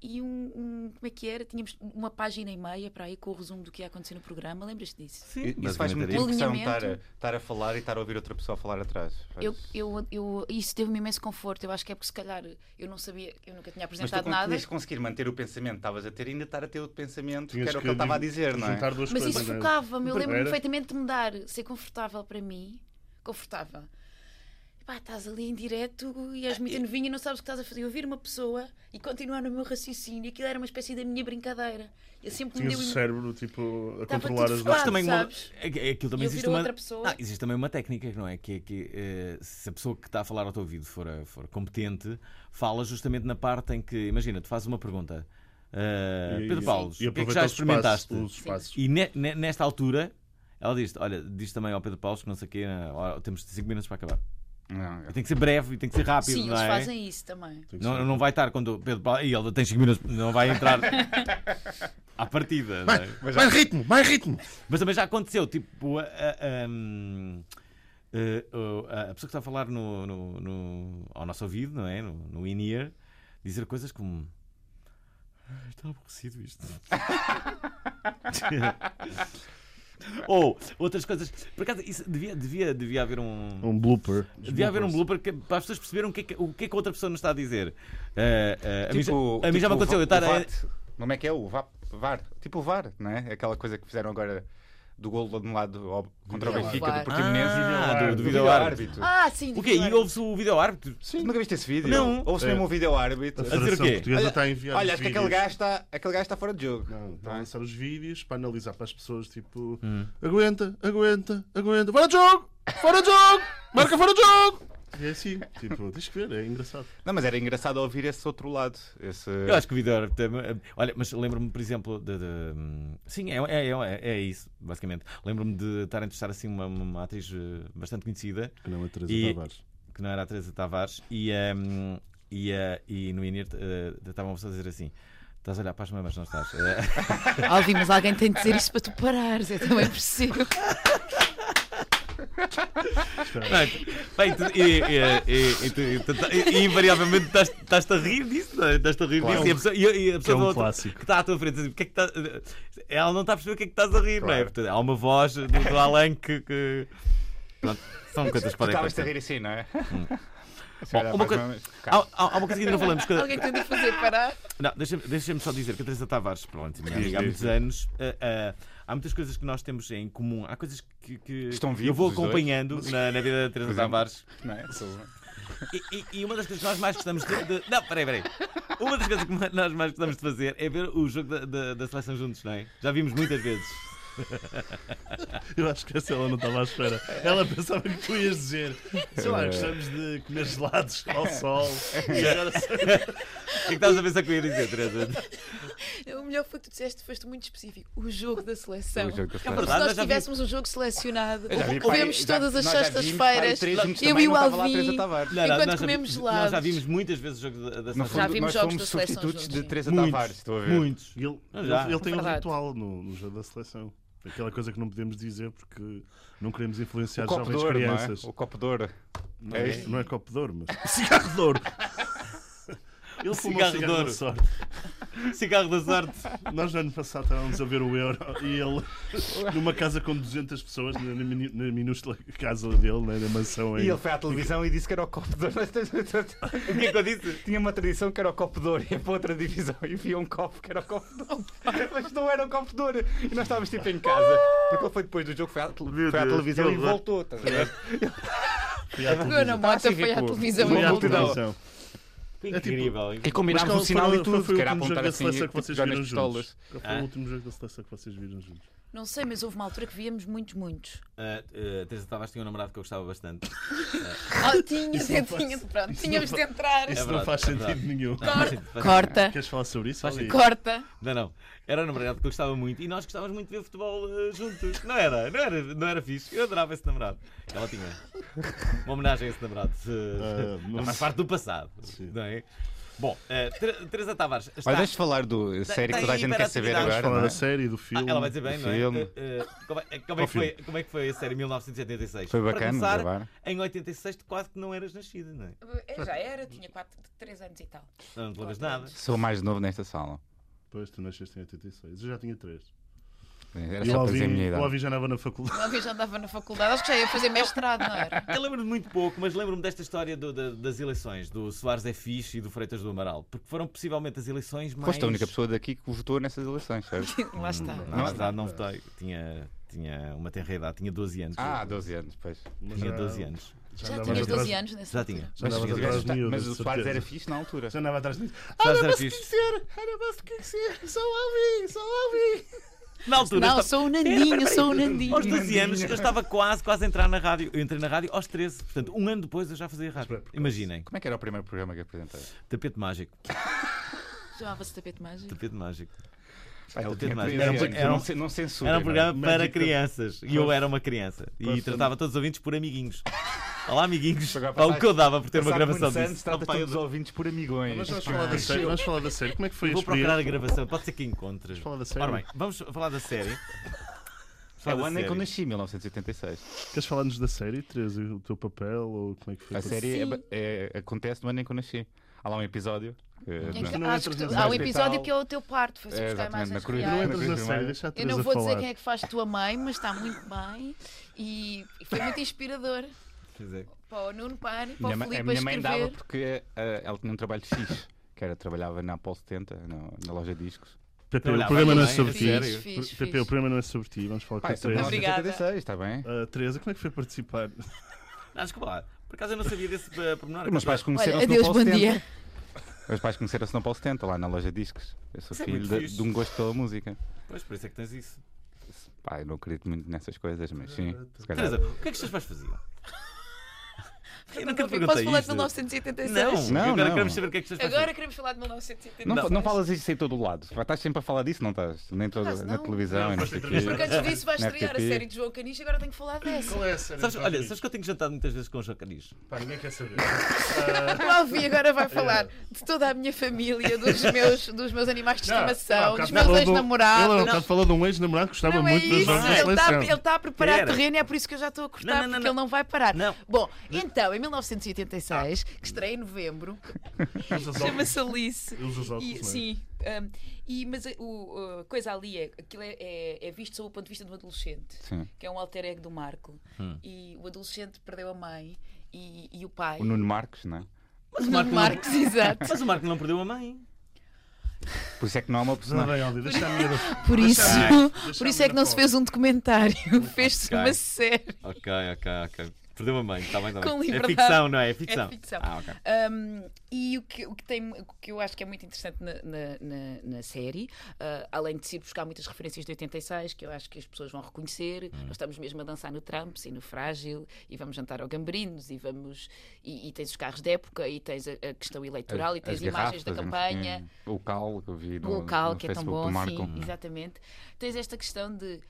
Speaker 5: e um, um- Como é que era? Tínhamos uma página e meia para aí com o resumo do que ia acontecer no programa. Lembras-te disso?
Speaker 1: Sim,
Speaker 3: Isso faz muita
Speaker 5: isso.
Speaker 3: impressão estar
Speaker 5: Alinhamento.
Speaker 3: a, estar a falar e estar a ouvir outra pessoa falar atrás. Faz-
Speaker 5: Eu, eu, eu, isso deu-me imenso conforto. Eu acho que é porque, se calhar, eu não sabia, eu nunca tinha
Speaker 3: Mas tu
Speaker 5: apresentado
Speaker 3: con-
Speaker 5: nada.
Speaker 3: tinhas de conseguir manter o pensamento que estavas a ter e ainda estar a ter outro pensamento que
Speaker 2: Tinhas
Speaker 3: era o que ele estava a
Speaker 2: div-
Speaker 3: dizer, não é?
Speaker 2: juntar duas
Speaker 5: Mas
Speaker 2: coisas,
Speaker 5: isso
Speaker 2: não é?
Speaker 5: focava-me, eu lembro-me
Speaker 2: Era-
Speaker 5: perfeitamente de me dar, ser confortável para mim, confortável. E Pá, estás ali em direto e
Speaker 1: Ah,
Speaker 5: és muito novinha e não sabes o que estás a fazer. Eu ouvir uma pessoa e continuar no meu raciocínio, aquilo era uma espécie da minha brincadeira. Eu sempre me
Speaker 2: Tinhas
Speaker 5: deu.
Speaker 2: o
Speaker 5: im-
Speaker 2: cérebro tipo, a
Speaker 5: Estava
Speaker 2: controlar
Speaker 5: tudo
Speaker 2: as duas.
Speaker 5: focado.
Speaker 1: Mas também
Speaker 5: sabes?
Speaker 1: uma... é- é- aquilo também
Speaker 5: E
Speaker 1: existe
Speaker 5: ouvir a
Speaker 1: uma...
Speaker 5: outra pessoa.
Speaker 1: Ah, existe também uma técnica, não é? Que é que eh, se a pessoa que está a falar ao teu ouvido for, a- for competente, fala justamente na parte em que, imagina, tu fazes uma pergunta. eh,
Speaker 2: E-
Speaker 1: Pedro
Speaker 2: e-
Speaker 1: Paulo, o
Speaker 2: e
Speaker 1: que é que já
Speaker 2: aproveitar os
Speaker 1: experimentaste?
Speaker 2: espaços- os espaços.
Speaker 1: E ne- ne- nesta altura, ela diz olha, diz também ao Pedro Paulo que não sei o quê, eh, ó, temos 5 minutos para acabar.
Speaker 3: Não,
Speaker 1: E tem que ser breve e tem que ser rápido,
Speaker 5: Sim,
Speaker 1: não
Speaker 5: eles
Speaker 1: é?
Speaker 5: fazem isso também.
Speaker 1: Não, não vai estar quando o Pedro Paulo. E ele tem 5 minutos, não vai entrar à partida. não é?
Speaker 2: Mais ritmo, mais ritmo!
Speaker 1: Mas também já aconteceu, tipo, a, a- um, eh, o- a- a pessoa que está a falar no, no- no- ao nosso ouvido, não é? No, no in-ear, dizer coisas como. "Ai, Está aborrecido isto. Ou outras coisas. Por acaso, isso devia, devia, devia haver um.
Speaker 2: Um blooper.
Speaker 1: Devia haver um blooper que- para as pessoas perceberem o que é que, o que, é que a outra pessoa nos está a dizer. Eh, eh,
Speaker 3: tipo
Speaker 1: a mim já- a mim, já me aconteceu. Eu estar a-
Speaker 3: Como é que é o VAP, VAR? Tipo o VAR, não é? Aquela coisa que fizeram agora do gol anulado ao- contra o
Speaker 5: Vídeo
Speaker 3: Benfica
Speaker 5: VAR.
Speaker 3: do Portimonense.
Speaker 1: Ah, do- do vídeo
Speaker 3: árbitro.
Speaker 5: Ah, sim,
Speaker 1: O quê? E
Speaker 5: claro.
Speaker 1: ouve-se o vídeo árbitro?
Speaker 3: Sim. Nunca viste esse vídeo?
Speaker 1: Não. É.
Speaker 3: Ouve-se mesmo o vídeo árbitro.
Speaker 1: dizer o quê?
Speaker 2: Portuguesa está a enviar
Speaker 3: Olha,
Speaker 2: os
Speaker 3: acho que aquele
Speaker 2: vídeos.
Speaker 3: gajo está, aquele gajo está fora de jogo.
Speaker 2: Não, estão a lançar os vídeos para analisar para as pessoas, tipo,
Speaker 1: Hum.
Speaker 2: aguenta, aguenta, aguenta, fora de jogo, fora de jogo, marca fora de jogo. E é assim, tipo, tens que ver, é engraçado.
Speaker 3: Não, mas era engraçado ouvir esse outro lado. Esse...
Speaker 1: Eu acho que o vídeo era. Olha, mas lembro-me, por exemplo, de. de- hum, Sim, é, é, é, é isso, basicamente. Lembro-me de estar a entrevistar assim uma, uma atriz eh, bastante conhecida,
Speaker 2: Que não é Teresa
Speaker 1: E-
Speaker 2: Tavares.
Speaker 1: que não era a Teresa Tavares, e, hum, e, eh, e no INIR estavam pessoas a dizer assim: estás a olhar para as mamas, não estás? Eh,
Speaker 5: Alvi, mas alguém tem de dizer isso para tu parares, eu também percebo.
Speaker 1: Bem, tu- e- e- e- e tu- e tu- e- e invariavelmente estás- estás-te a rir disso, não é? estás-te a rir
Speaker 2: Claro.
Speaker 1: disso. E a pessoa, e- e a pessoa
Speaker 2: Que é um
Speaker 1: do outro-
Speaker 2: clássico.
Speaker 1: que está à tua frente, diz, "O que é que tá-" ela não está a perceber o que é que estás a rir, não é?
Speaker 3: Claro.
Speaker 1: Portanto, há uma voz do, do além que. que- Pronto, são coisas que podem
Speaker 3: Estavas
Speaker 1: acontecer.
Speaker 3: a rir assim, não é?
Speaker 1: Bom,
Speaker 3: olhar
Speaker 1: uma
Speaker 3: para as
Speaker 1: coisa-
Speaker 3: mamas,
Speaker 1: Há, há- há uma coisa que ainda não falamos. quando-
Speaker 5: Alguém que eu devo fazer parar?
Speaker 1: Não, deixa-me deixa-me só dizer que a Teresa Tavares, pronto, minha amiga, há
Speaker 2: diz,
Speaker 1: muitos anos, ah, ah, há muitas coisas que nós temos em comum. Há coisas que, que
Speaker 3: Estão
Speaker 1: eu
Speaker 3: vivos
Speaker 1: vou
Speaker 3: os dois?
Speaker 1: acompanhando na, na vida da Teresa
Speaker 3: exemplo?
Speaker 1: Tavares.
Speaker 3: não é? Sou-
Speaker 1: E, e- e uma das coisas que nós mais gostamos de, de- Não, peraí, peraí. Uma das coisas que ma- nós mais gostamos de fazer é ver o jogo da, da- da seleção juntos, não é? Já vimos muitas vezes.
Speaker 2: Eu acho que essa ela não estava à espera. Ela pensava que tu ias dizer, sei lá, gostamos de comer gelados ao sol. E assim. agora
Speaker 1: O que é que estás a pensar que eu ia dizer, Teresa?
Speaker 5: O melhor foi que tu disseste, foste muito específico. O jogo da seleção.
Speaker 1: um
Speaker 3: O jogo da seleção.
Speaker 5: É porque se
Speaker 1: Verdade, eu
Speaker 5: nós
Speaker 1: já vi-
Speaker 5: tivéssemos um jogo selecionado,
Speaker 3: Já vi, pá,
Speaker 5: comemos
Speaker 3: já-
Speaker 5: todas as
Speaker 3: nós já
Speaker 5: sextas-feiras.
Speaker 3: vimos, pá, três juntos
Speaker 5: Eu
Speaker 3: também,
Speaker 5: e o
Speaker 3: não estava lá a Teresa
Speaker 5: Alvin.
Speaker 3: Tavares.
Speaker 1: Não, não,
Speaker 5: Enquanto
Speaker 1: nós já
Speaker 5: comemos
Speaker 1: vi- Nós já
Speaker 5: gelados.
Speaker 1: vimos mutas vezes o jogo da, da
Speaker 3: No
Speaker 1: seleção
Speaker 3: fundo,
Speaker 1: juntos.
Speaker 3: nós
Speaker 5: vimos jogos
Speaker 3: somos
Speaker 5: da seleção
Speaker 3: substitutos
Speaker 5: juntos,
Speaker 3: de
Speaker 5: sim.
Speaker 3: Teresa
Speaker 1: Muitos,
Speaker 3: Tavares, estou a ver.
Speaker 1: Muitos.
Speaker 2: Ele,
Speaker 1: Ah, já.
Speaker 2: ele, ele tem um
Speaker 5: Verdade.
Speaker 2: ritual no, no jogo da seleção. Aquela coisa que não podemos dizer porque não queremos influenciar
Speaker 3: O copo de
Speaker 2: jovens
Speaker 3: ouro, não é?
Speaker 2: crianças.
Speaker 3: O copo de ouro.
Speaker 2: Não
Speaker 3: É
Speaker 2: é,
Speaker 3: isto?
Speaker 2: não é copo de ouro, mas. Cigarro de ouro! Ele fumou
Speaker 1: Cigarro
Speaker 2: cigarro,
Speaker 1: de
Speaker 2: cigarro
Speaker 1: ouro.
Speaker 2: da sorte.
Speaker 1: Cigarro da
Speaker 3: É
Speaker 1: sorte.
Speaker 2: Nós no ano passado estávamos a ver o euro e ele, numa casa com 200 pessoas, na, na, mini- na minúscula casa dele, né, na mansão
Speaker 3: E
Speaker 2: aí.
Speaker 3: ele foi à televisão e disse que era o copo de ouro.
Speaker 1: O que é que eu disse?
Speaker 3: Tinha uma tradição que era o copo de ouro, ia para outra divisão e via um copo que era o copo de ouro. Mas não era o copo de ouro. E nós estávamos tipo em casa.
Speaker 5: Ah!
Speaker 3: Porque ele foi depois do jogo, foi à, tele-
Speaker 2: Meu
Speaker 3: foi à
Speaker 2: Deus,
Speaker 3: televisão
Speaker 2: que
Speaker 3: e
Speaker 2: horror. É
Speaker 3: voltou. estás a ver?
Speaker 2: Foi à
Speaker 5: Pegou
Speaker 2: televisão.
Speaker 5: na moto,
Speaker 3: Tá, sim,
Speaker 5: foi à
Speaker 3: Rico.
Speaker 5: televisão.
Speaker 3: Foi à
Speaker 5: voltou.
Speaker 3: televisão.
Speaker 1: Foi
Speaker 2: É tipo-
Speaker 1: incrível.
Speaker 3: E
Speaker 2: Mas
Speaker 3: combinámos
Speaker 2: qual
Speaker 3: o sinal
Speaker 2: foi,
Speaker 3: e tudo,
Speaker 2: Foi o
Speaker 3: que era
Speaker 2: último jogo
Speaker 3: apontar
Speaker 2: da
Speaker 3: assim,
Speaker 2: seleção que
Speaker 3: tipo,
Speaker 2: vocês
Speaker 3: já nas
Speaker 2: viram juntos?
Speaker 3: pistolas.
Speaker 2: Qual foi
Speaker 1: Ah.
Speaker 2: o último jogo da seleção que vocês viram juntos?
Speaker 5: Não sei, mas houve uma altura que víamos muitos, muitos.
Speaker 1: Ah, ah, Teresa Tavares tinha um namorado que eu gostava bastante.
Speaker 5: Ah, tinha,
Speaker 2: Isso não
Speaker 5: tinha,
Speaker 2: faz-
Speaker 5: pronto,
Speaker 2: isso
Speaker 5: tínhamos
Speaker 2: não
Speaker 5: de entrar.
Speaker 2: Isso
Speaker 1: verdade,
Speaker 2: não faz
Speaker 1: é
Speaker 2: sentido
Speaker 1: verdade.
Speaker 2: nenhum.
Speaker 1: Faz sentido, faz sentido.
Speaker 5: Corta,
Speaker 2: Queres falar sobre isso?
Speaker 1: Faz
Speaker 2: Ali?
Speaker 5: corta.
Speaker 1: Não, não. Era um namorado que eu gostava muito e nós gostávamos muito de ver futebol eh, juntos. Não era, não era, não era fixe. Eu adorava esse namorado. Ela tinha uma homenagem a esse namorado. Eh,
Speaker 2: Ah, não
Speaker 1: faz
Speaker 2: sei.
Speaker 1: parte do passado.
Speaker 2: Sim.
Speaker 1: Não é? Bom, eh, Ter- Teresa Tavares. Está...
Speaker 3: Olha, deixa falar do série que toda a
Speaker 1: tem
Speaker 3: gente quer saber
Speaker 1: hiperatividade.
Speaker 3: agora.
Speaker 2: Falar
Speaker 3: não é?
Speaker 2: da série, do
Speaker 1: Ah,
Speaker 2: filme.
Speaker 1: ela vai dizer bem,
Speaker 3: o
Speaker 1: não é?
Speaker 3: filme.
Speaker 1: Eh, eh, como, é, como é que foi, como é que foi a série 1986?
Speaker 3: Foi bacana,
Speaker 1: Para começar,
Speaker 3: gravar.
Speaker 1: em 86 tu quase que não eras nascida, não é?
Speaker 7: Eu já era, tinha 4, 3 anos e tal.
Speaker 1: Não te lembras nada.
Speaker 3: Sou o mais novo nesta sala.
Speaker 2: Pois, tu nasceste em 86. Eu já tinha 3.
Speaker 3: Era
Speaker 2: E o
Speaker 3: só para dizer a minha
Speaker 2: Alvin, o
Speaker 3: idade.
Speaker 2: Alvin já andava na faculdade.
Speaker 5: Uma vez já andava na faculdade, acho que já ia fazer mestrado, não era?
Speaker 1: Eu lembro-me muito pouco, mas lembro-me desta história do- da- das eleições, do Soares é fixe e do Freitas do Amaral, porque foram possivelmente as eleições mais.
Speaker 3: Foste a única pessoa daqui que votou nessas eleições, certo?
Speaker 5: Lá está.
Speaker 1: Não, na verdade, não votei. Tinha, tinha uma tenra idade, tinha 12 anos.
Speaker 3: Ah, 12 anos, pois.
Speaker 1: tinha 12 anos.
Speaker 5: Já
Speaker 2: andava
Speaker 5: tinhas
Speaker 2: atrás-
Speaker 5: 12 anos nessa
Speaker 1: Já
Speaker 5: altura?
Speaker 1: tinha.
Speaker 2: Já
Speaker 3: Mas,
Speaker 2: andava atrás de miúdas,
Speaker 3: mas o
Speaker 2: de
Speaker 3: Soares
Speaker 2: certeza.
Speaker 3: era fixe na altura.
Speaker 2: Já andava atrás de miúdas.
Speaker 3: Ah,
Speaker 1: Soares era fixe.
Speaker 3: Era mais que ser, só Alvin, só Alvin.
Speaker 1: Na altura.
Speaker 5: Não,
Speaker 1: estava-
Speaker 5: sou
Speaker 3: tá,
Speaker 5: um o Nandinho, sou o Nandinho.
Speaker 1: Aos 12 anos eu estava quase, quase a entrar na rádio. Eu entrei na rádio aos 13, portanto, um ano depois eu já fazia rádio. Imaginem,
Speaker 3: Como é que era o primeiro programa que apresentei?
Speaker 1: tapete mágico.
Speaker 5: Chamava-se tapete mágico.
Speaker 1: Tapete mágico.
Speaker 3: Pá, ele
Speaker 1: Ele
Speaker 3: tinha
Speaker 1: tinha mais.
Speaker 3: 13
Speaker 1: Era um-
Speaker 3: anos,
Speaker 1: era um-
Speaker 3: não ce- não é? censura.
Speaker 1: Era um programa
Speaker 2: Magic
Speaker 1: para
Speaker 2: Tap-
Speaker 1: crianças e eu era uma criança. E
Speaker 2: Quase-
Speaker 1: tratava todos os ouvintes por amiguinhos. Olá, amiguinhos.
Speaker 3: Agora
Speaker 1: Olha o que eu dava por ter uma
Speaker 3: Passado
Speaker 1: gravação
Speaker 3: muitos anos,
Speaker 1: disso.
Speaker 3: Trata
Speaker 1: Opa, eu
Speaker 3: todos os ouvintes por amigões.
Speaker 2: Mas vamos falar da série. Ah, Vamos falar da série. Como é que foi
Speaker 1: Vou
Speaker 2: a
Speaker 1: procurar a
Speaker 2: experiência?
Speaker 1: gravação, pode ser que encontres.
Speaker 2: falar da série?
Speaker 1: Ora bem, vamos falar da série.
Speaker 3: É
Speaker 1: Falar
Speaker 3: o
Speaker 1: da
Speaker 3: ano em que eu
Speaker 1: série.
Speaker 3: nasci, 1986.
Speaker 2: Queres falar-nos da série, Teresa? O teu papel? Ou como é que foi?
Speaker 3: A série é
Speaker 5: Sim.
Speaker 3: ba- é- acontece no ano em que eu nasci. Há lá um episódio. eh,
Speaker 5: Em que-
Speaker 3: na-
Speaker 2: não
Speaker 5: acho
Speaker 2: entras
Speaker 5: que tu-
Speaker 2: no
Speaker 5: há um
Speaker 2: hospital.
Speaker 5: episódio que é o teu parto, foi-se
Speaker 3: É,
Speaker 5: buscar
Speaker 3: exatamente,
Speaker 5: imagens
Speaker 3: na cruz-
Speaker 5: reais.
Speaker 2: Não entras na série, deixa a
Speaker 5: Eu
Speaker 2: Teresa
Speaker 5: não vou
Speaker 2: falar.
Speaker 5: dizer quem é que faz tua mãe, mas está muito bem e, e foi muito inspirador
Speaker 1: Pois é.
Speaker 5: para o Nuno Pari, para
Speaker 3: minha
Speaker 5: o
Speaker 3: mãe-
Speaker 5: Filipe
Speaker 3: a
Speaker 5: a
Speaker 3: minha mãe dava
Speaker 5: escrever.
Speaker 3: porque eh, ela tinha um trabalho fixe. Que era, trabalhava na Apple 70, na, na loja de discos.
Speaker 2: Pepe,
Speaker 1: Olha,
Speaker 2: o programa não é
Speaker 1: vai,
Speaker 2: sobre
Speaker 1: é
Speaker 2: ti.
Speaker 1: sério.
Speaker 5: Fiz,
Speaker 2: Pepe,
Speaker 5: fiz.
Speaker 2: o programa não é sobre ti. Vamos falar com
Speaker 3: Pá,
Speaker 2: a
Speaker 3: isso é
Speaker 2: Teresa.
Speaker 3: 1976, está tá bem?
Speaker 2: Ah, Teresa, como é que foi participar?
Speaker 1: Não, desculpa lá. Por acaso eu não sabia desse eh, pormenor.
Speaker 3: Os meus pais
Speaker 5: Olha,
Speaker 3: conheceram-se no
Speaker 5: adeus,
Speaker 3: Apple
Speaker 5: bom
Speaker 3: 70.
Speaker 5: dia.
Speaker 3: Meus pais conheceram-se no Apple 70, lá na loja de discos. Eu sou
Speaker 1: Isso é
Speaker 3: filho
Speaker 1: muito
Speaker 3: de,
Speaker 1: fixe.
Speaker 3: de um gosto pela música.
Speaker 1: Pois, por isso é que tens isso.
Speaker 3: Pá, eu não acredito muito nessas coisas, mas sim. Se calhar.
Speaker 1: Teresa, o que é que os teus pais faziam? Eu nunca te
Speaker 5: Posso
Speaker 1: perguntei
Speaker 5: falar de
Speaker 1: isto.
Speaker 5: 1986?
Speaker 1: Não,
Speaker 3: Não,
Speaker 1: eu agora
Speaker 3: não.
Speaker 1: queremos saber o que é que os teus pais
Speaker 5: Agora queremos falar de 1986.
Speaker 3: Não, fa- não falas isso em todo o lado. Pá, Estás sempre a falar disso, não estás? Nem toda,
Speaker 5: acaso
Speaker 3: na
Speaker 5: não.
Speaker 3: televisão, e não sei o quê.
Speaker 5: Porque antes disso vais
Speaker 3: Na
Speaker 5: estrear a
Speaker 3: FTP.
Speaker 5: série de João Caniche e agora tenho que falar dessa.
Speaker 2: Qual é a série?
Speaker 1: Sabes, olha, sabes que eu tenho jantado muitas vezes com o Jacanis?
Speaker 2: Pá, ninguém quer saber.
Speaker 5: O Alvi agora vai falar de toda a minha família, dos meus, dos meus animais de
Speaker 2: Não,
Speaker 5: estimação,
Speaker 2: não,
Speaker 5: dos
Speaker 2: não,
Speaker 5: meus
Speaker 2: não,
Speaker 5: ex-namorados.
Speaker 2: Ele um- há bocado falou de um ex-namorado que gostava
Speaker 5: Não é
Speaker 2: muito das
Speaker 5: isso,
Speaker 2: jogos da
Speaker 5: ele está
Speaker 2: seleção.
Speaker 5: ele tá a preparar
Speaker 1: Pera.
Speaker 5: terreno, é por isso que eu já estou a cortar,
Speaker 1: Não, não, não,
Speaker 5: porque
Speaker 1: não.
Speaker 5: ele não vai parar.
Speaker 1: Não.
Speaker 5: Bom, então, em 1986, que estreia em novembro, chama-se Alice.
Speaker 2: Eles usam óculos,
Speaker 5: E,
Speaker 2: não é?
Speaker 5: sim, hum, e, mas a o- a coisa ali é aquilo é, é- é visto sob o ponto de vista do adolescente,
Speaker 3: Sim.
Speaker 5: que é um alter
Speaker 2: Hum.
Speaker 5: ego do Marco. E o adolescente perdeu a mãe e, e o pai.
Speaker 3: O Nuno Marcos, não é?
Speaker 5: Mas
Speaker 1: o Marco não-
Speaker 5: Marcos, exato.
Speaker 1: Mas o Marco não perdeu a mãe.
Speaker 3: Por isso é que não há uma
Speaker 2: Não,
Speaker 3: personagem.
Speaker 2: bem, Aldi, deixa a minha da-
Speaker 5: Por
Speaker 2: deixa
Speaker 5: isso, por
Speaker 2: a
Speaker 5: isso é
Speaker 2: menina
Speaker 5: que não se fez um documentário. Fez-se
Speaker 1: Ok.
Speaker 5: uma série.
Speaker 1: Ok, ok, ok. Perdeu a mãe, está bem, está bem.
Speaker 5: Com
Speaker 1: é
Speaker 5: liberdade.
Speaker 1: ficção, não é? É ficção.
Speaker 5: ficção.
Speaker 1: Ah, ok.
Speaker 5: Um, e o que, o, que tem, o que eu acho que é muito interessante na, na- na- na série, ah, além de se ir buscar muitas referências de 86, que eu acho que as pessoas vão reconhecer,
Speaker 3: Uhum.
Speaker 5: nós estamos mesmo a dançar no Trumps e no Frágil, e vamos jantar ao Gambrinos, e vamos. E, e tens os carros de época, e tens a, a questão eleitoral, e tens
Speaker 3: As
Speaker 5: imagens da
Speaker 3: garrafas, uhum.
Speaker 5: campanha.
Speaker 3: enfim, O cal que eu vi no,
Speaker 5: O local,
Speaker 3: no
Speaker 5: que é tão
Speaker 3: Facebook
Speaker 5: bom,
Speaker 3: do Marco.
Speaker 5: sim, exatamente. Tens esta questão de.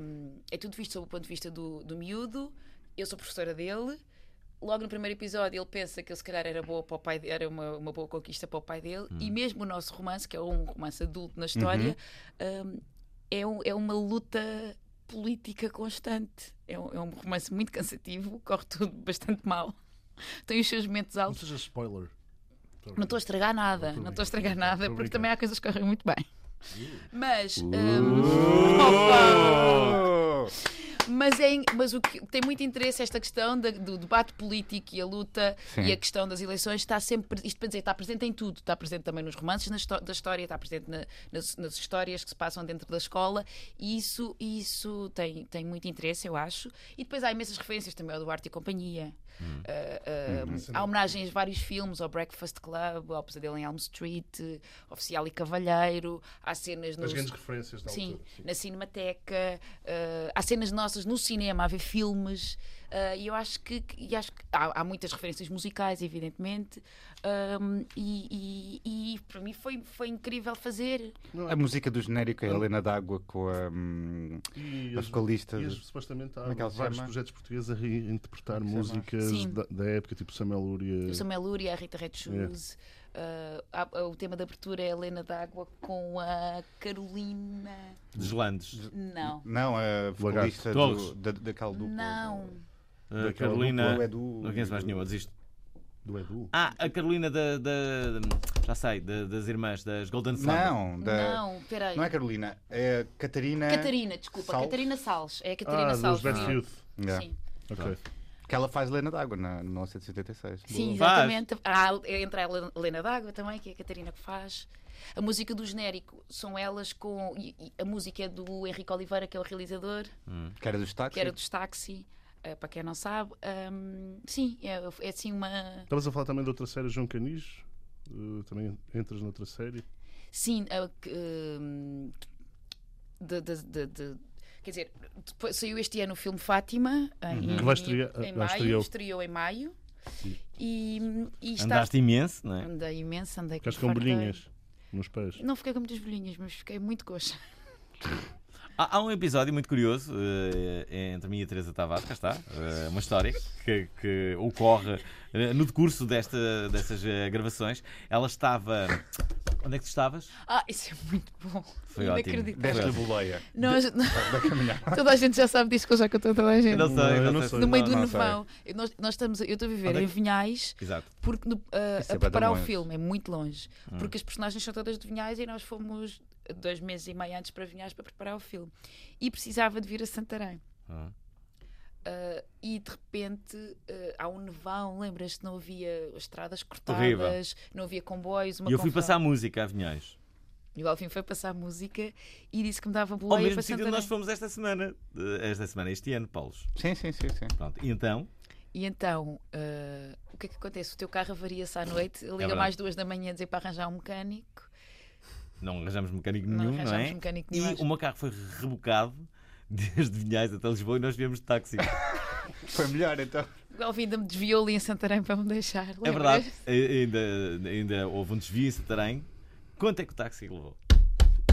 Speaker 5: hum, é tudo visto sob o ponto de vista do, do miúdo, eu sou professora dele. Logo no primeiro episódio, ele pensa que ele se calhar era, boa para o pai, de- era uma, uma boa conquista para o pai dele,
Speaker 3: Hum.
Speaker 5: e mesmo o nosso romance, que é um romance adulto na história,
Speaker 3: Uhum.
Speaker 5: hum, é, um- é uma luta política constante. É um, é um romance muito cansativo, corre tudo bastante mal, tem os seus momentos
Speaker 2: Não
Speaker 5: altos.
Speaker 2: seja spoiler.
Speaker 5: Não estou a estragar nada,
Speaker 2: Estou
Speaker 5: não estou
Speaker 2: brincando,
Speaker 5: a Uh. estragar
Speaker 2: estou
Speaker 5: nada, porque
Speaker 2: brincando.
Speaker 5: também há coisas que correm muito bem. Mas, hum, opa!
Speaker 3: Oh!
Speaker 5: mas, é, in- mas o que tem muito interesse é esta questão da- do debate político e a luta
Speaker 3: Sim.
Speaker 5: e a questão das eleições está sempre, isto para dizer, está presente em tudo, está presente também nos romances na histó- da história, está presente na- nas, nas histórias que se passam dentro da escola e isso, isso tem, tem muito interesse, eu acho. E depois há imensas referências também ao Duarte e companhia.
Speaker 2: Hum.
Speaker 5: Uh, um, há homenagens a vários filmes, ao Breakfast Club, ao Pesadelo em Elm Street, eh, Oficial e Cavalheiro, há cenas
Speaker 2: As
Speaker 5: nos,
Speaker 2: grandes referências da
Speaker 5: Sim,
Speaker 2: altura.
Speaker 5: na Cinemateca, eh, há cenas nossas no cinema, a ver filmes, eh, e eu acho que, que- e acho que há, há muitas referências musicais, evidentemente, ahm, e, e- e para mim foi, foi incrível fazer.
Speaker 3: A música do genérico é a Helena D'Água com a. hum,
Speaker 2: E
Speaker 3: A
Speaker 2: as-
Speaker 3: vocalista
Speaker 2: E as,
Speaker 3: de-
Speaker 2: supostamente há
Speaker 3: Como é que ela se
Speaker 2: vários
Speaker 3: chama?
Speaker 2: projetos portugueses a reinterpretar
Speaker 3: Como é que se chama?
Speaker 2: músicas
Speaker 5: Sim.
Speaker 2: da, da época, tipo Samuel Luria.
Speaker 5: O Samuel Luria, a Rita Red Shoes, eh, há- há- o tema de abertura é a Helena D'Água com a Carolina.
Speaker 1: Dos Landes.
Speaker 5: Não,
Speaker 3: Não, a vocalista
Speaker 1: Torres.
Speaker 3: do, da, daquela dupla.
Speaker 5: não.
Speaker 1: Ah,
Speaker 2: Daquela
Speaker 1: Carolina.
Speaker 3: dupla, o Edu-
Speaker 1: Não conheço mais nenhuma, desisto.
Speaker 2: Do Edu.
Speaker 1: Ah, a Carolina da. da- Já sei, da- das irmãs, das Golden Sun.
Speaker 3: Não, da-
Speaker 5: Não, peraí.
Speaker 3: não é Carolina, é Catarina.
Speaker 5: Catarina, desculpa,
Speaker 3: Sales?
Speaker 5: Catarina Sales. É a Catarina
Speaker 2: Ah, dos
Speaker 5: Sales.
Speaker 2: Bad
Speaker 5: sim.
Speaker 2: Youth.
Speaker 3: É.
Speaker 5: Sim.
Speaker 2: Ok.
Speaker 3: Que ela faz Helena D'Água na 1986.
Speaker 5: Sim,
Speaker 1: Faz.
Speaker 5: exatamente. Há, entra a Helena D'Água também, que é a Catarina que faz. A música do genérico são elas com. e- e a música é do Henrique Oliveira, que é o realizador,
Speaker 2: Ah,
Speaker 3: Que era dos táxis.
Speaker 5: que era dos táxi, eh, para quem não sabe. Ahm, sim, é, é assim uma.
Speaker 2: Estavas a falar também de outra série, João Canis. Uh, também entras noutra série.
Speaker 5: Sim, é o que, hum, de- de- de- de- quer dizer, depois saiu este ano o filme Fátima, em,
Speaker 2: Que vai estrear-
Speaker 5: em
Speaker 2: ah,
Speaker 5: maio,
Speaker 2: estreou.
Speaker 5: estreou em maio. E, hum, e está.
Speaker 1: Andaste imenso, não é?
Speaker 5: Andei imenso, andei
Speaker 2: Ficaste
Speaker 5: com
Speaker 2: com
Speaker 5: fartura.
Speaker 2: bolinhas nos pés.
Speaker 5: Não fiquei com muitas bolinhas, mas fiquei muito coxa.
Speaker 1: Há, há um episódio muito curioso eh, entre mim e a Teresa Tavares, cá está, eh, uma história que, que ocorre eh, no decurso desta, dessas eh, gravações. Ela estava. Onde é que tu estavas?
Speaker 5: Ah, isso é muito bom.
Speaker 1: Foi ótimo.
Speaker 5: Inacreditável.
Speaker 3: Deste boleia.
Speaker 5: Não, a gente- toda a gente já sabe disso que eu já contou a toda a gente.
Speaker 1: Não sei,
Speaker 2: Não, eu
Speaker 1: não,
Speaker 2: não
Speaker 1: sei.
Speaker 2: sei.
Speaker 5: no meio do
Speaker 3: não sei.
Speaker 5: nevão. Eu- Nós, nós estamos, a- eu estou a viver
Speaker 1: Onde é
Speaker 5: em
Speaker 1: que-
Speaker 5: Vinhais
Speaker 1: Exato.
Speaker 5: porque no- a-
Speaker 3: Isso é bué
Speaker 5: a preparar
Speaker 3: de
Speaker 5: o
Speaker 3: longe.
Speaker 5: filme é muito longe. Porque as personagens são todas de Vinhais e nós fomos dois meses e meio antes para Vinhais para preparar o filme. E precisava de vir a Santarém.
Speaker 1: Ah.
Speaker 5: Ah, e de repente ah, há um nevão, lembras-te? Não havia estradas cortadas, não havia comboios. Uma
Speaker 1: E eu fui
Speaker 5: confusão.
Speaker 1: passar música a Vinhais.
Speaker 5: E o Alvin foi passar música e disse que me dava boleia
Speaker 1: Ao Oh, mesmo
Speaker 5: para
Speaker 1: sítio onde nós
Speaker 5: Santarém.
Speaker 1: fomos esta semana. eh, Esta semana, este ano, Paulos.
Speaker 3: Sim, sim, sim, sim.
Speaker 1: Pronto. E então,
Speaker 5: E então, ah, o que é que acontece? O teu carro avaria-se à noite, liga
Speaker 1: É verdade.
Speaker 5: mais duas da manhã a dizer para arranjar um mecânico.
Speaker 1: não arranjamos mecânico
Speaker 5: Não
Speaker 1: nenhum, não
Speaker 5: arranjámos
Speaker 1: é?
Speaker 5: mecânico nenhum,
Speaker 1: e
Speaker 5: acho.
Speaker 1: o meu carro foi rebocado desde Vinhais até Lisboa e nós viemos de táxi. É
Speaker 3: Foi melhor então.
Speaker 5: O Alvin ainda me desviou ali em Santarém para me deixar.
Speaker 1: É
Speaker 5: lembras?
Speaker 1: verdade, ai- ainda, ainda houve um desvio em Santarém. Quanto é que o táxi levou?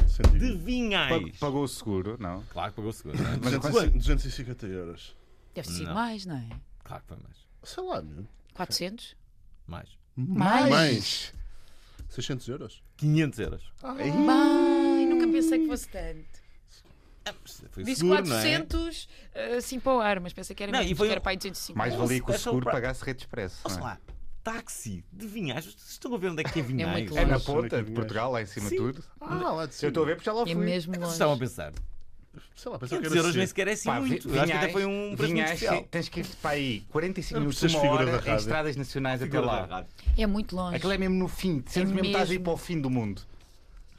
Speaker 1: De
Speaker 2: Senti.
Speaker 1: Vinhais!
Speaker 3: Pag- Pagou o seguro, não?
Speaker 1: Claro que pagou o seguro, não é?
Speaker 3: Mas
Speaker 2: 200 250 euros.
Speaker 5: Deve ser
Speaker 1: Não.
Speaker 5: mais, não é?
Speaker 1: Claro que foi mais.
Speaker 2: Sei lá, meu.
Speaker 5: 400?
Speaker 1: Mais.
Speaker 5: Mais?
Speaker 2: Mais. 600 euros?
Speaker 1: 500 euros.
Speaker 5: Bem, nunca pensei que fosse tanto.
Speaker 1: Foi
Speaker 5: Disse
Speaker 1: seguro, não é?
Speaker 5: 400, assim para o ar, mas pensei que era
Speaker 1: Não, e
Speaker 5: menos,
Speaker 1: foi
Speaker 5: que era
Speaker 1: um-
Speaker 5: para aí 250.
Speaker 3: Mais valia que o
Speaker 1: É só o
Speaker 3: seguro
Speaker 1: pra-
Speaker 3: pagasse rede expresso.
Speaker 1: é? Ouça lá, táxi de Vinhais. Vocês estão a ver onde é que é Vinhais?
Speaker 5: muito
Speaker 3: É
Speaker 5: longe.
Speaker 3: na
Speaker 2: Nossa,
Speaker 3: ponta
Speaker 2: que
Speaker 3: de Portugal, lá em cima de tudo.
Speaker 2: Ah, lá de cima.
Speaker 3: Eu estou a ver porque já lá
Speaker 5: É
Speaker 3: fui.
Speaker 5: mesmo
Speaker 1: Vocês
Speaker 5: longe.
Speaker 1: estavam a pensar,
Speaker 2: Sei lá, pensava que
Speaker 1: 500
Speaker 2: era
Speaker 1: euros nem
Speaker 2: cedo.
Speaker 1: sequer é assim
Speaker 3: Pá,
Speaker 1: muito.
Speaker 3: vi-
Speaker 1: Acho que até
Speaker 3: Vinhais-
Speaker 1: foi um preço muito
Speaker 3: Vinhais,
Speaker 1: especial.
Speaker 3: Tens que ir para aí 45
Speaker 2: Não
Speaker 3: minutos,
Speaker 2: precisas
Speaker 3: uma
Speaker 2: de figura da
Speaker 3: hora, em
Speaker 2: rádio.
Speaker 3: estradas nacionais a
Speaker 1: Fica
Speaker 3: toda
Speaker 1: lá,
Speaker 3: hora.
Speaker 1: rádio.
Speaker 5: É muito longe.
Speaker 3: Aquilo é mesmo no fim, sentes mesmo que estás a ir
Speaker 5: mesmo.
Speaker 3: para o fim do mundo.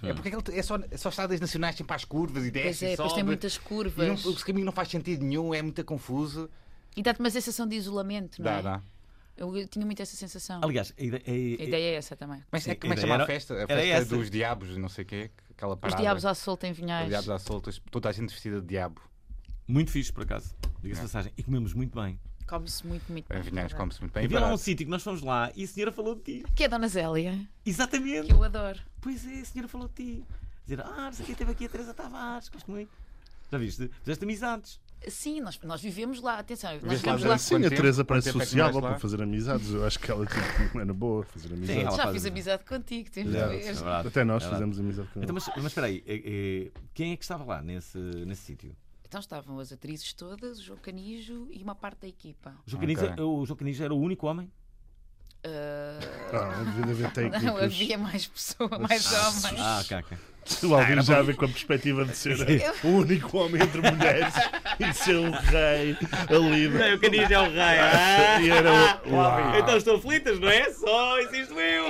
Speaker 3: É porque aquilo é só, é só estradas nacionais, sempre às curvas e desce
Speaker 5: Pois é,
Speaker 3: e
Speaker 5: depois tem
Speaker 3: sobe.
Speaker 5: muitas
Speaker 1: um
Speaker 3: E não,
Speaker 5: curvas.
Speaker 3: o caminho não faz sentido nenhum, é muito confuso.
Speaker 5: E dá-te uma sensação de isolamento, não
Speaker 3: Dá,
Speaker 5: é?
Speaker 3: dá.
Speaker 5: Eu, eu tinha muito essa sensação.
Speaker 1: Aliás, a ide- a-
Speaker 5: A ideia é essa também.
Speaker 3: Mas
Speaker 1: Sim,
Speaker 3: é como é
Speaker 1: a
Speaker 3: que
Speaker 1: ideia
Speaker 3: chama
Speaker 1: era-
Speaker 3: a festa? A
Speaker 1: era
Speaker 3: festa
Speaker 1: essa.
Speaker 3: dos diabos, não sei o quê, aquela
Speaker 5: Os
Speaker 3: parada.
Speaker 5: diabos à solta em
Speaker 3: Os
Speaker 5: Vinhais.
Speaker 3: diabos à solta, toda a gente vestida de diabo.
Speaker 1: é muito fixe, por acaso. Diga-se de passagem. E comemos muito bem.
Speaker 5: Come-se muito, muito.
Speaker 3: Em É, Vinhais come-se muito bem.
Speaker 1: Havia lá um
Speaker 3: barato.
Speaker 1: sítio que nós fomos lá e a senhora falou de ti.
Speaker 5: Que é a Dona Zélia,
Speaker 1: Exatamente.
Speaker 5: que eu adoro.
Speaker 1: Pois é, a senhora falou de ti. Dizer, ah, não sei o que, teve aqui a Teresa Tavares, gosto muito. Já viste? Fizeste amizades.
Speaker 5: Sim, nós, nós vivemos lá, atenção, nós
Speaker 3: Vês lá
Speaker 5: vivemos
Speaker 3: durante
Speaker 5: lá.
Speaker 2: Sim,
Speaker 3: Quanto
Speaker 2: a
Speaker 3: tempo?
Speaker 2: Teresa
Speaker 3: Quanto
Speaker 2: parece
Speaker 3: tempo é que
Speaker 2: sociável
Speaker 3: moraste lá?
Speaker 2: para fazer amizades. Eu acho que ela tipo, não era boa fazer amizades.
Speaker 1: ela
Speaker 5: Já
Speaker 1: faz amizades.
Speaker 5: fiz amizade contigo, temos
Speaker 2: Já,
Speaker 5: de ver.
Speaker 1: É verdade.
Speaker 2: Até nós
Speaker 1: É verdade.
Speaker 2: fizemos amizade com ela.
Speaker 1: Então, mas, mas espera aí, eh, eh, quem é que estava lá nesse, nesse sítio?
Speaker 5: Então estavam as atrizes todas, o João Canijo e uma parte da equipa.
Speaker 1: O João Canijo
Speaker 3: Ok.
Speaker 1: era- o João Canijo era o único homem?
Speaker 5: Ah,
Speaker 2: Ah, devia haver técnicas.
Speaker 5: não havia mais pessoa, mais homens.
Speaker 1: Ah, ok, ok.
Speaker 2: O Alvin já vem com a perspectiva de ser o único homem entre mulheres e de ser o rei, a líder.
Speaker 1: o Canijo é o rei.
Speaker 2: E era o, Uau.
Speaker 1: Então estão felizes, não é? Só existo eu.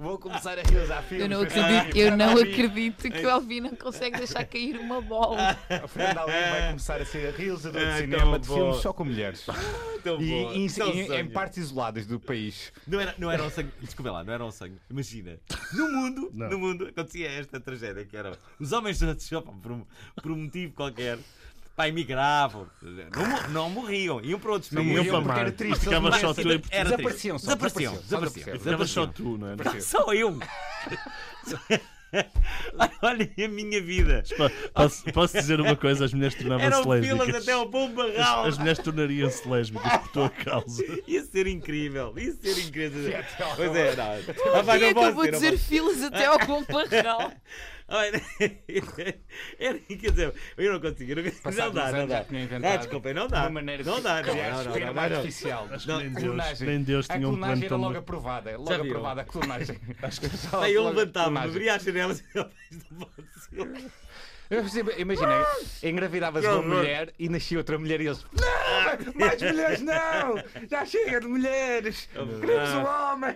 Speaker 3: Vou começar a realizar
Speaker 5: Eu
Speaker 3: filmes.
Speaker 5: não acredito, eu não acredito que o Alvin não consegue deixar cair uma bola.
Speaker 3: A Fernanda Alvim vai começar a ser realizador
Speaker 1: Ah,
Speaker 3: de
Speaker 1: tão
Speaker 3: cinema de
Speaker 1: bom.
Speaker 3: filmes só com mulheres.
Speaker 1: Tão
Speaker 3: E,
Speaker 1: bom.
Speaker 3: e em-
Speaker 1: Tão
Speaker 3: em- em
Speaker 1: um sonho.
Speaker 3: partes isoladas do país.
Speaker 1: Não era, não era um sangue. Desculpa lá, não era um sangue. Imagina. No mundo,
Speaker 2: Não.
Speaker 1: no mundo, acontecia esta tragédia que era. Os homens todos, só por, um, por um motivo qualquer, pá, emigravam. Não, mo- não morriam. Iam para outros
Speaker 2: Não
Speaker 1: países.
Speaker 2: morriam para
Speaker 3: porque
Speaker 2: mar.
Speaker 3: era triste,
Speaker 2: Ficava
Speaker 3: eles
Speaker 2: só tu em
Speaker 1: Era triste.
Speaker 3: Desapareciam
Speaker 1: Desapareciam,
Speaker 3: só, desapareciam, só
Speaker 1: desapareciam,
Speaker 3: desapareciam.
Speaker 2: Ficava só
Speaker 1: desapareciam.
Speaker 2: tu, não é?
Speaker 1: Só eu. Olha a minha vida.
Speaker 2: Posso, posso dizer uma coisa? As mulheres
Speaker 1: Eram
Speaker 2: tornavam-se
Speaker 1: filas
Speaker 2: lésbicas.
Speaker 1: até ao bom barral.
Speaker 2: As mulheres tornariam-se lésbicas por tua causa.
Speaker 1: Ia ser incrível, ia ser incrível. pois é, não. Ah, vai,
Speaker 5: Quem
Speaker 1: não
Speaker 5: é que eu
Speaker 1: posso
Speaker 5: vou
Speaker 1: dizer, não
Speaker 5: dizer
Speaker 1: posso.
Speaker 5: filas até ao comparral?
Speaker 1: Ah, era- era- quer dizer, eu não consigo, eu não consigo. Não
Speaker 3: Passados
Speaker 1: dá,
Speaker 3: uns
Speaker 1: não
Speaker 3: anos
Speaker 1: dá.
Speaker 3: já tinha
Speaker 1: Ah,
Speaker 3: inventado
Speaker 1: desculpem, não dá.
Speaker 3: Uma maneira de
Speaker 1: Não dá, não,
Speaker 3: criar
Speaker 1: não, não,
Speaker 3: espelho
Speaker 1: não, não.
Speaker 3: artificial.
Speaker 2: Acho que nem
Speaker 3: A
Speaker 2: Deus-
Speaker 3: clonagem.
Speaker 2: nem Deus
Speaker 3: a
Speaker 2: tinha um
Speaker 3: clonagem
Speaker 2: plano
Speaker 3: era
Speaker 2: tão
Speaker 3: logo
Speaker 2: bom.
Speaker 3: aprovada. é Logo
Speaker 1: Já viu?
Speaker 3: aprovada a clonagem. Acho que só
Speaker 1: Pá, eu
Speaker 3: logo a
Speaker 1: levantava-me,
Speaker 3: clonagem.
Speaker 1: abria as janelas e eu, isto não pode ser.
Speaker 3: Eu percebo- Imagina, engravidavas uma
Speaker 1: horror.
Speaker 3: mulher e nascia outra mulher e eles. Não! Mais mulheres não! Já chega de mulheres! Queremos um homem!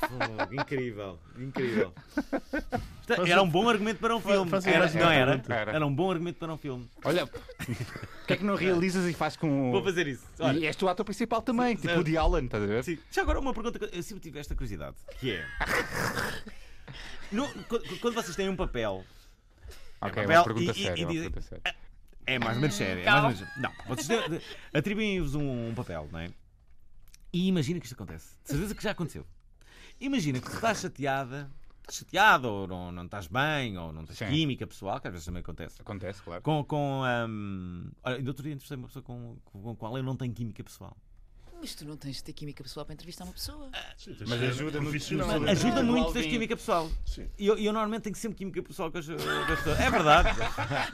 Speaker 1: Fogo, incrível, incrível. Isto
Speaker 2: Faz-
Speaker 1: Era um bom argumento para um filme.
Speaker 2: faz-
Speaker 1: Era-
Speaker 2: faz-
Speaker 1: não era?
Speaker 3: era.
Speaker 1: Era um bom argumento para um filme.
Speaker 3: Olha, porque é que não realizas e fazes com.
Speaker 1: Vou fazer isso.
Speaker 3: E
Speaker 1: Olha,
Speaker 3: és tu o ator principal também, tipo o de Alan, estás a ver?
Speaker 1: sim. Já agora uma pergunta que eu sempre tive esta curiosidade, que é. No- quando- quando vocês têm um papel
Speaker 3: Ok,
Speaker 1: Papel
Speaker 3: uma pergunta
Speaker 1: e- e-
Speaker 3: séria.
Speaker 1: e
Speaker 3: uma
Speaker 1: dizem-
Speaker 3: pergunta séria.
Speaker 1: É mais ou menos sério. É mais ou menos... sério. Não, vocês de- de- atribuem-vos um, um papel, não é? E imagina que isto acontece. De certeza que já aconteceu. Imagina que tu estás chateada, estás chateado, ou não, não estás bem, ou não tens
Speaker 3: Sim.
Speaker 1: química pessoal, que às vezes também acontece.
Speaker 3: Acontece, claro.
Speaker 1: Com. com hum, Olha, ainda outro dia entrevistei uma pessoa com, com a qual eu não tenho química pessoal.
Speaker 5: Mas tu não tens de ter química pessoal para entrevistar uma pessoa.
Speaker 2: Mas ajuda profissional.
Speaker 3: no-
Speaker 1: Ajuda
Speaker 3: Ah,
Speaker 1: muito
Speaker 3: Alvin.
Speaker 1: tens química pessoal.
Speaker 2: Sim.
Speaker 1: E eu, eu normalmente tenho sempre química pessoal com as, com as pessoas. É verdade.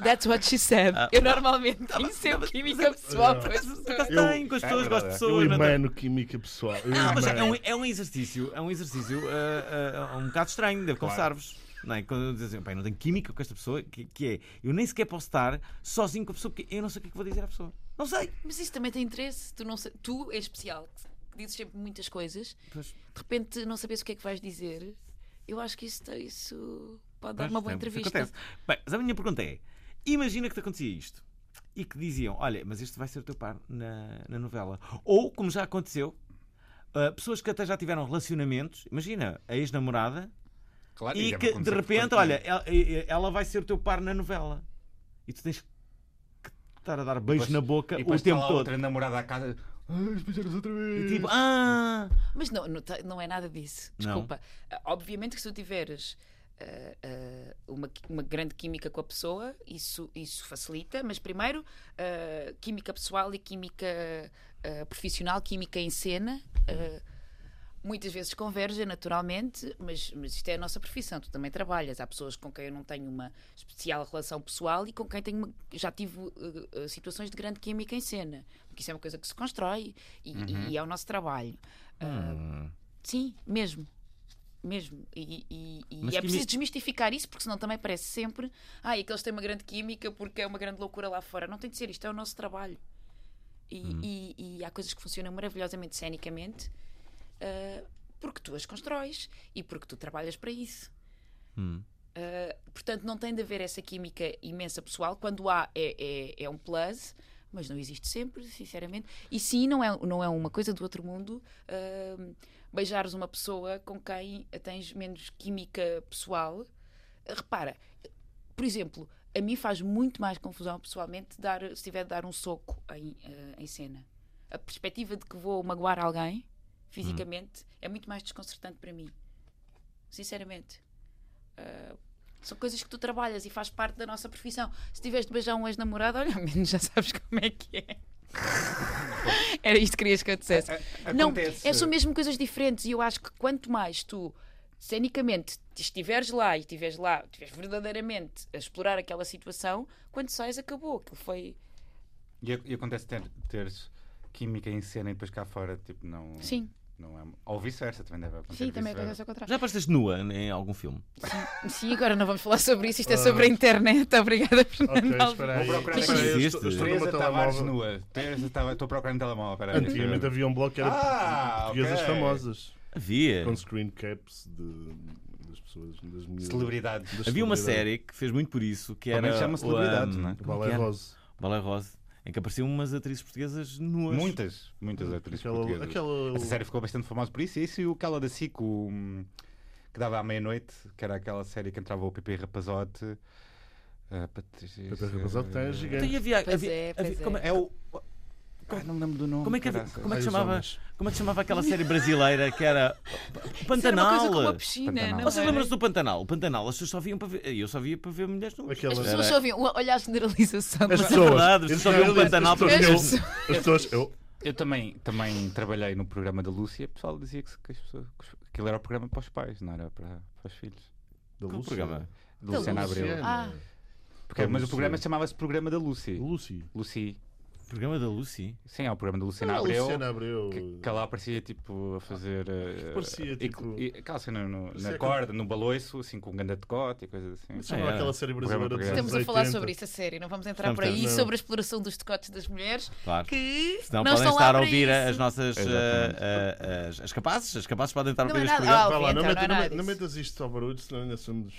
Speaker 5: That's what she said.
Speaker 1: Ah.
Speaker 5: Eu normalmente tenho sempre química é pessoal com
Speaker 1: Mas
Speaker 5: as
Speaker 1: por acaso
Speaker 5: pessoas.
Speaker 2: Eu-
Speaker 1: tenho, com as
Speaker 3: é
Speaker 1: pessoas, gosto de
Speaker 3: verdade.
Speaker 1: pessoas.
Speaker 2: Eu
Speaker 1: não tenho-
Speaker 2: emano química pessoal. Eu
Speaker 1: Ah, mas é um,
Speaker 2: emano.
Speaker 1: é um exercício, é um exercício ah, ah, um bocado estranho, devo confessar-vos. Não é? Quando dizem assim, "Pá, eu não tenho química com esta pessoa, que, que é, eu nem sequer posso estar sozinho com a pessoa, porque eu não sei o que é que vou dizer à pessoa. Não sei.
Speaker 5: Mas isso também tem interesse. Tu, não sa- tu em especial, que dizes sempre muitas coisas,
Speaker 1: Pois.
Speaker 5: de repente não sabes o que é que vais dizer. Eu acho que isso, tem- isso pode dar
Speaker 1: Pois,
Speaker 5: uma boa
Speaker 1: é,
Speaker 5: entrevista.
Speaker 1: Acontece. Bem, mas a minha pergunta é: imagina que te acontecia isto e que diziam, olha, mas este vai ser o teu par na, na novela. Ou, como já aconteceu, ah, pessoas que até já tiveram relacionamentos, imagina, a ex-namorada,
Speaker 3: Claro,
Speaker 1: e
Speaker 3: deve
Speaker 1: que de
Speaker 3: acontecer
Speaker 1: repente,
Speaker 3: frequentemente.
Speaker 1: olha, ela, ela vai ser o teu par na novela. E tu tens que estar a dar beijos
Speaker 3: Depois-
Speaker 1: na boca
Speaker 3: E
Speaker 1: o
Speaker 3: depois está
Speaker 1: tempo
Speaker 3: lá
Speaker 1: todo.
Speaker 3: outra namorada à casa. Ai, beijaram outra
Speaker 1: E
Speaker 3: vez.
Speaker 5: Hum.
Speaker 1: tipo, ah!
Speaker 5: Mas não, não, te- não é nada disso.
Speaker 1: Não?
Speaker 5: Desculpa. Ah, Obviamente que se tu tiveres ah, ah, uma, qui- uma grande química com a pessoa, isso, isso facilita, mas primeiro, ah, química pessoal e química ah, profissional, química em cena. ah, Muitas vezes convergem naturalmente, mas, mas isto é a nossa profissão. Tu também trabalhas. Há pessoas com quem eu não tenho uma especial relação pessoal e com quem tenho uma- já tive uh, uh, situações de grande química em cena. Porque isso é uma coisa que se constrói e, e é o nosso trabalho. Uh, Sim, Ah, mesmo. Mesmo. E, e- e
Speaker 1: Mas
Speaker 5: é
Speaker 1: quimi-
Speaker 5: preciso desmistificar isso, porque senão também parece sempre. Ah, e que eles têm uma grande química porque é uma grande loucura lá fora. Não tem de ser, isto é o nosso trabalho. E, e- e há coisas que funcionam maravilhosamente cenicamente ah, porque tu as constróis e porque tu trabalhas para isso. Ah, portanto, não tem de haver essa química imensa pessoal. Quando há, é, é, é um plus, mas não existe sempre, sinceramente. E sim, não é, não é uma coisa do outro mundo ah, beijares uma pessoa com quem tens menos química pessoal. Repara, por exemplo, a mim faz muito mais confusão pessoalmente dar, se tiver de dar um soco em, eh, em cena. A perspectiva de que vou magoar alguém fisicamente é muito mais desconcertante para mim. Sinceramente. Ah, são coisas que tu trabalhas e faz parte da nossa profissão. Se tiveres de beijar um ex-namorado, olha, ao menos já sabes como é que é. Era isto que querias que eu dissesse. Não,
Speaker 3: Acontece.
Speaker 5: é, são mesmo coisas diferentes e eu acho que quanto mais tu cenicamente estiveres lá e estiveres lá, estiveres verdadeiramente a explorar aquela situação, quando sais acabou, aquilo foi
Speaker 3: E, ac- e acontece ter, teres química em cena e depois cá fora, tipo, não.
Speaker 5: Sim.
Speaker 3: Não é, ou vice-versa, também deve acontecer.
Speaker 5: Sim, também
Speaker 3: vice-versa.
Speaker 5: acontece ao contrário.
Speaker 1: Já apareceste nua em algum filme?
Speaker 5: Sim, agora não vamos falar sobre isso, isto é
Speaker 1: Ah.
Speaker 5: sobre a internet. Obrigada,
Speaker 2: Ok,
Speaker 5: Fernando. Alves.
Speaker 2: espera aí.
Speaker 3: Vou procurar
Speaker 2: Espera aí, eu
Speaker 1: aqui.
Speaker 2: estou- eu estou no meu
Speaker 3: Teresa Tavares
Speaker 2: telemóvel.
Speaker 3: nua. Teresa Tavares. Estou procurando telemóvel. Pera aí.
Speaker 2: Antigamente havia um bloco que era
Speaker 3: Ah,
Speaker 2: portuguesas
Speaker 3: ok.
Speaker 2: famosas,
Speaker 1: Havia.
Speaker 2: com screen caps de- das pessoas, das meninas.
Speaker 3: Celebridades.
Speaker 2: das
Speaker 1: Havia uma
Speaker 2: celebridades.
Speaker 1: série que fez muito por isso, que
Speaker 3: Ao
Speaker 1: era.
Speaker 3: menos chama
Speaker 1: o,
Speaker 3: celebridades,
Speaker 1: um,
Speaker 3: não é?
Speaker 2: O
Speaker 1: como
Speaker 2: Balé
Speaker 1: que era?
Speaker 2: Rose.
Speaker 1: Balé Rose, em que apareciam umas atrizes portuguesas nuas.
Speaker 3: Muitas, muitas atrizes
Speaker 2: Aquela,
Speaker 3: portuguesas.
Speaker 2: aquela,
Speaker 3: Essa série ficou bastante famosa por isso. Isso e o Cala da Sico, hum, que dava à meia-noite, que era aquela série que entrava o PP Rapazote. Ah, Patrícia-
Speaker 2: Pepe Rapazote tem a
Speaker 1: Então, e
Speaker 2: gigante.
Speaker 1: havia,
Speaker 5: Pois
Speaker 1: havia-
Speaker 5: é, pois
Speaker 1: havia-
Speaker 5: é.
Speaker 1: como,
Speaker 3: É o. Ah, não me lembro do nome.
Speaker 1: como é que, havia-
Speaker 3: caraças.
Speaker 1: como é que
Speaker 2: Ai, os
Speaker 1: chamava,
Speaker 2: homens.
Speaker 1: como é que chamava aquela série brasileira que era
Speaker 5: Isso era uma coisa com
Speaker 1: Pantanal?
Speaker 5: uma piscina,
Speaker 3: Pantanal.
Speaker 5: não é?
Speaker 1: Vocês
Speaker 5: era?
Speaker 1: lembram-se do Pantanal? O Pantanal, as pessoas só viam para ver, eu só via para ver mulheres nuas.
Speaker 5: As
Speaker 2: Aquela...
Speaker 5: pessoas só viam, olha a generalização.
Speaker 2: As
Speaker 5: mas-
Speaker 1: É
Speaker 2: pessoas.
Speaker 1: verdade, as pessoas só viam
Speaker 2: As
Speaker 1: Pantanal para ver
Speaker 5: As
Speaker 1: mulheres
Speaker 5: pessoas-
Speaker 1: nuas.
Speaker 2: As pessoas. Eu,
Speaker 3: Eu também, também trabalhei no programa da Lúcia. O pessoal dizia que, se- que as pessoas, que os- aquilo era o programa para os pais, não era para, para os filhos.
Speaker 2: da
Speaker 1: Qual
Speaker 2: Lúcia.
Speaker 1: programa?
Speaker 3: De
Speaker 5: Da
Speaker 3: Luciana
Speaker 5: Lúcia.
Speaker 3: Abreu.
Speaker 5: Ah,
Speaker 3: Porque, mas o
Speaker 2: Lúcia.
Speaker 3: programa chamava-se Programa da Lucy.
Speaker 2: Lucy.
Speaker 3: Lucy.
Speaker 1: Programa da Lucy.
Speaker 3: Sim, é o programa da Luciana
Speaker 2: Ah,
Speaker 3: Abreu.
Speaker 2: Luciana Abreu.
Speaker 3: Que, que ela aparecia tipo a fazer. eh,
Speaker 2: Parecia,
Speaker 3: e-
Speaker 2: tipo-
Speaker 3: e- aquela cena no-
Speaker 2: Parecia
Speaker 3: na
Speaker 2: que-
Speaker 3: corda, no baloiço, assim com um ganda de cote e coisas assim.
Speaker 2: Mas chamava
Speaker 1: Ah, é.
Speaker 2: aquela série brasileira dos
Speaker 3: Programa
Speaker 2: anos
Speaker 5: Estamos a falar
Speaker 2: 80.
Speaker 5: sobre isso a sério, não vamos entrar
Speaker 1: Não
Speaker 5: por aí
Speaker 2: estamos.
Speaker 5: sobre a exploração dos decotes das mulheres
Speaker 1: Claro.
Speaker 5: que
Speaker 1: Senão
Speaker 5: não
Speaker 1: podem
Speaker 5: estão lá
Speaker 1: estar a
Speaker 5: para
Speaker 1: ouvir
Speaker 5: isso.
Speaker 1: as nossas.
Speaker 3: Exatamente.
Speaker 1: ah, ah, as, as capazes. As capazes podem estar a
Speaker 5: Não
Speaker 1: ouvir
Speaker 5: é
Speaker 1: este
Speaker 5: nada.
Speaker 1: programa.
Speaker 5: Ah,
Speaker 2: Vá lá,
Speaker 5: ouvi,
Speaker 2: não,
Speaker 5: então,
Speaker 2: meta- não,
Speaker 5: não,
Speaker 2: me-
Speaker 5: há
Speaker 2: não
Speaker 5: nada disso.
Speaker 2: metas isto ao barulho, senão ainda somos.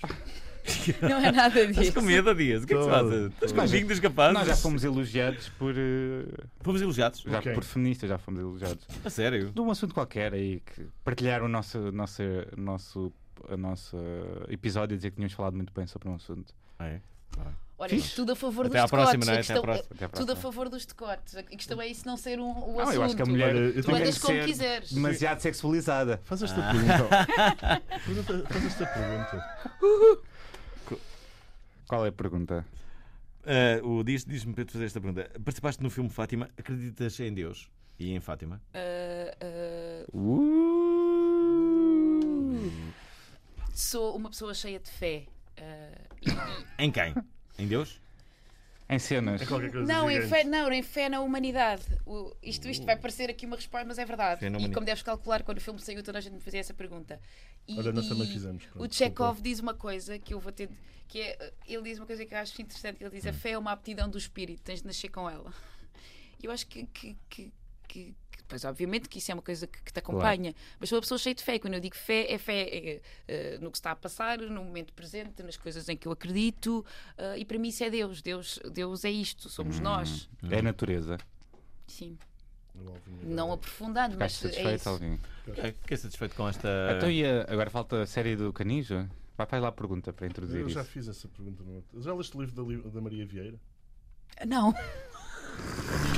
Speaker 5: Não é nada
Speaker 1: Estás
Speaker 5: disso.
Speaker 1: com medo, Dias? O que é que se
Speaker 2: Estou-
Speaker 1: faz? Estás
Speaker 2: estou-
Speaker 1: com medo dos capazes?
Speaker 3: Nós já fomos elogiados por. eh,
Speaker 1: Fomos elogiados.
Speaker 3: já
Speaker 2: Ok.
Speaker 3: por feministas, já fomos elogiados.
Speaker 1: A sério.
Speaker 3: De um assunto qualquer aí que partilharam o nosso, nosso, nosso, o nosso episódio e dizer que tínhamos falado muito bem sobre um assunto.
Speaker 1: É.
Speaker 5: Olha,
Speaker 3: Fixe.
Speaker 5: tudo a favor
Speaker 1: Até
Speaker 5: dos
Speaker 1: à próxima,
Speaker 5: decotes.
Speaker 1: não é? Até
Speaker 5: a
Speaker 1: à
Speaker 5: questão-
Speaker 1: próxima. Ah,
Speaker 3: Até à
Speaker 5: Tudo a
Speaker 3: próxima.
Speaker 5: favor dos decotes. A questão é isso não ser um, o
Speaker 3: Não,
Speaker 5: assunto.
Speaker 3: Ah, eu acho que a mulher
Speaker 2: Eu
Speaker 3: tem
Speaker 5: Tu
Speaker 2: tenho
Speaker 3: que
Speaker 5: andas como
Speaker 3: ser
Speaker 5: quiseres.
Speaker 3: demasiado sexualizada.
Speaker 2: Faz esta
Speaker 5: Ah.
Speaker 2: pergunta. Pergunta- Faz esta pergunta.
Speaker 3: Qual é a pergunta?
Speaker 1: Ah, o Dias diz-me para te fazer esta pergunta. Participaste no filme Fátima, acreditas em Deus? E em Fátima?
Speaker 5: Ah, ah, sou uma pessoa cheia de fé. Ah,
Speaker 1: Em quem? Em Deus?
Speaker 3: Em cenas.
Speaker 2: É qualquer coisa.
Speaker 5: não, em
Speaker 2: gigante.
Speaker 5: fé, não, em fé na humanidade. O- isto, isto vai parecer aqui uma resposta, mas é verdade.
Speaker 1: Fé na
Speaker 5: E
Speaker 1: humanidade.
Speaker 5: como deves calcular, quando o filme saiu, toda a gente me fazia essa pergunta. E,
Speaker 2: Olha, nós
Speaker 5: e
Speaker 2: também fizemos,
Speaker 5: O
Speaker 2: pronto,
Speaker 5: Chekhov diz uma coisa que eu vou ter. de- Que é, eh, ele diz uma coisa que eu acho interessante. Ele
Speaker 2: Hum.
Speaker 5: diz: a fé é uma aptidão do espírito, tens de nascer com ela. E eu acho que. que, que, que- que- Pois, obviamente que isso é uma coisa que, que te acompanha, mas sou uma pessoa cheia de fé. Quando eu digo fé, é fé eh, eh, no que está a passar, no momento presente, nas coisas em que eu acredito, eh, e para mim isso é Deus. Deus, Deus é isto,
Speaker 2: Hum.
Speaker 5: somos nós.
Speaker 3: É a natureza.
Speaker 5: Sim. Não aprofundando, mas
Speaker 3: Ficaste
Speaker 5: é
Speaker 3: satisfeito,
Speaker 5: isso.
Speaker 3: alguém?
Speaker 1: Ok, Ah, Fiquei satisfeito com esta.
Speaker 3: Então, e a- agora falta a série do Canijo? Vai, faz lá a pergunta para introduzir
Speaker 2: Eu
Speaker 3: isso.
Speaker 2: já fiz essa pergunta. numa outra- Já leste o livro da, Li- da Maria Vieira?
Speaker 5: Não.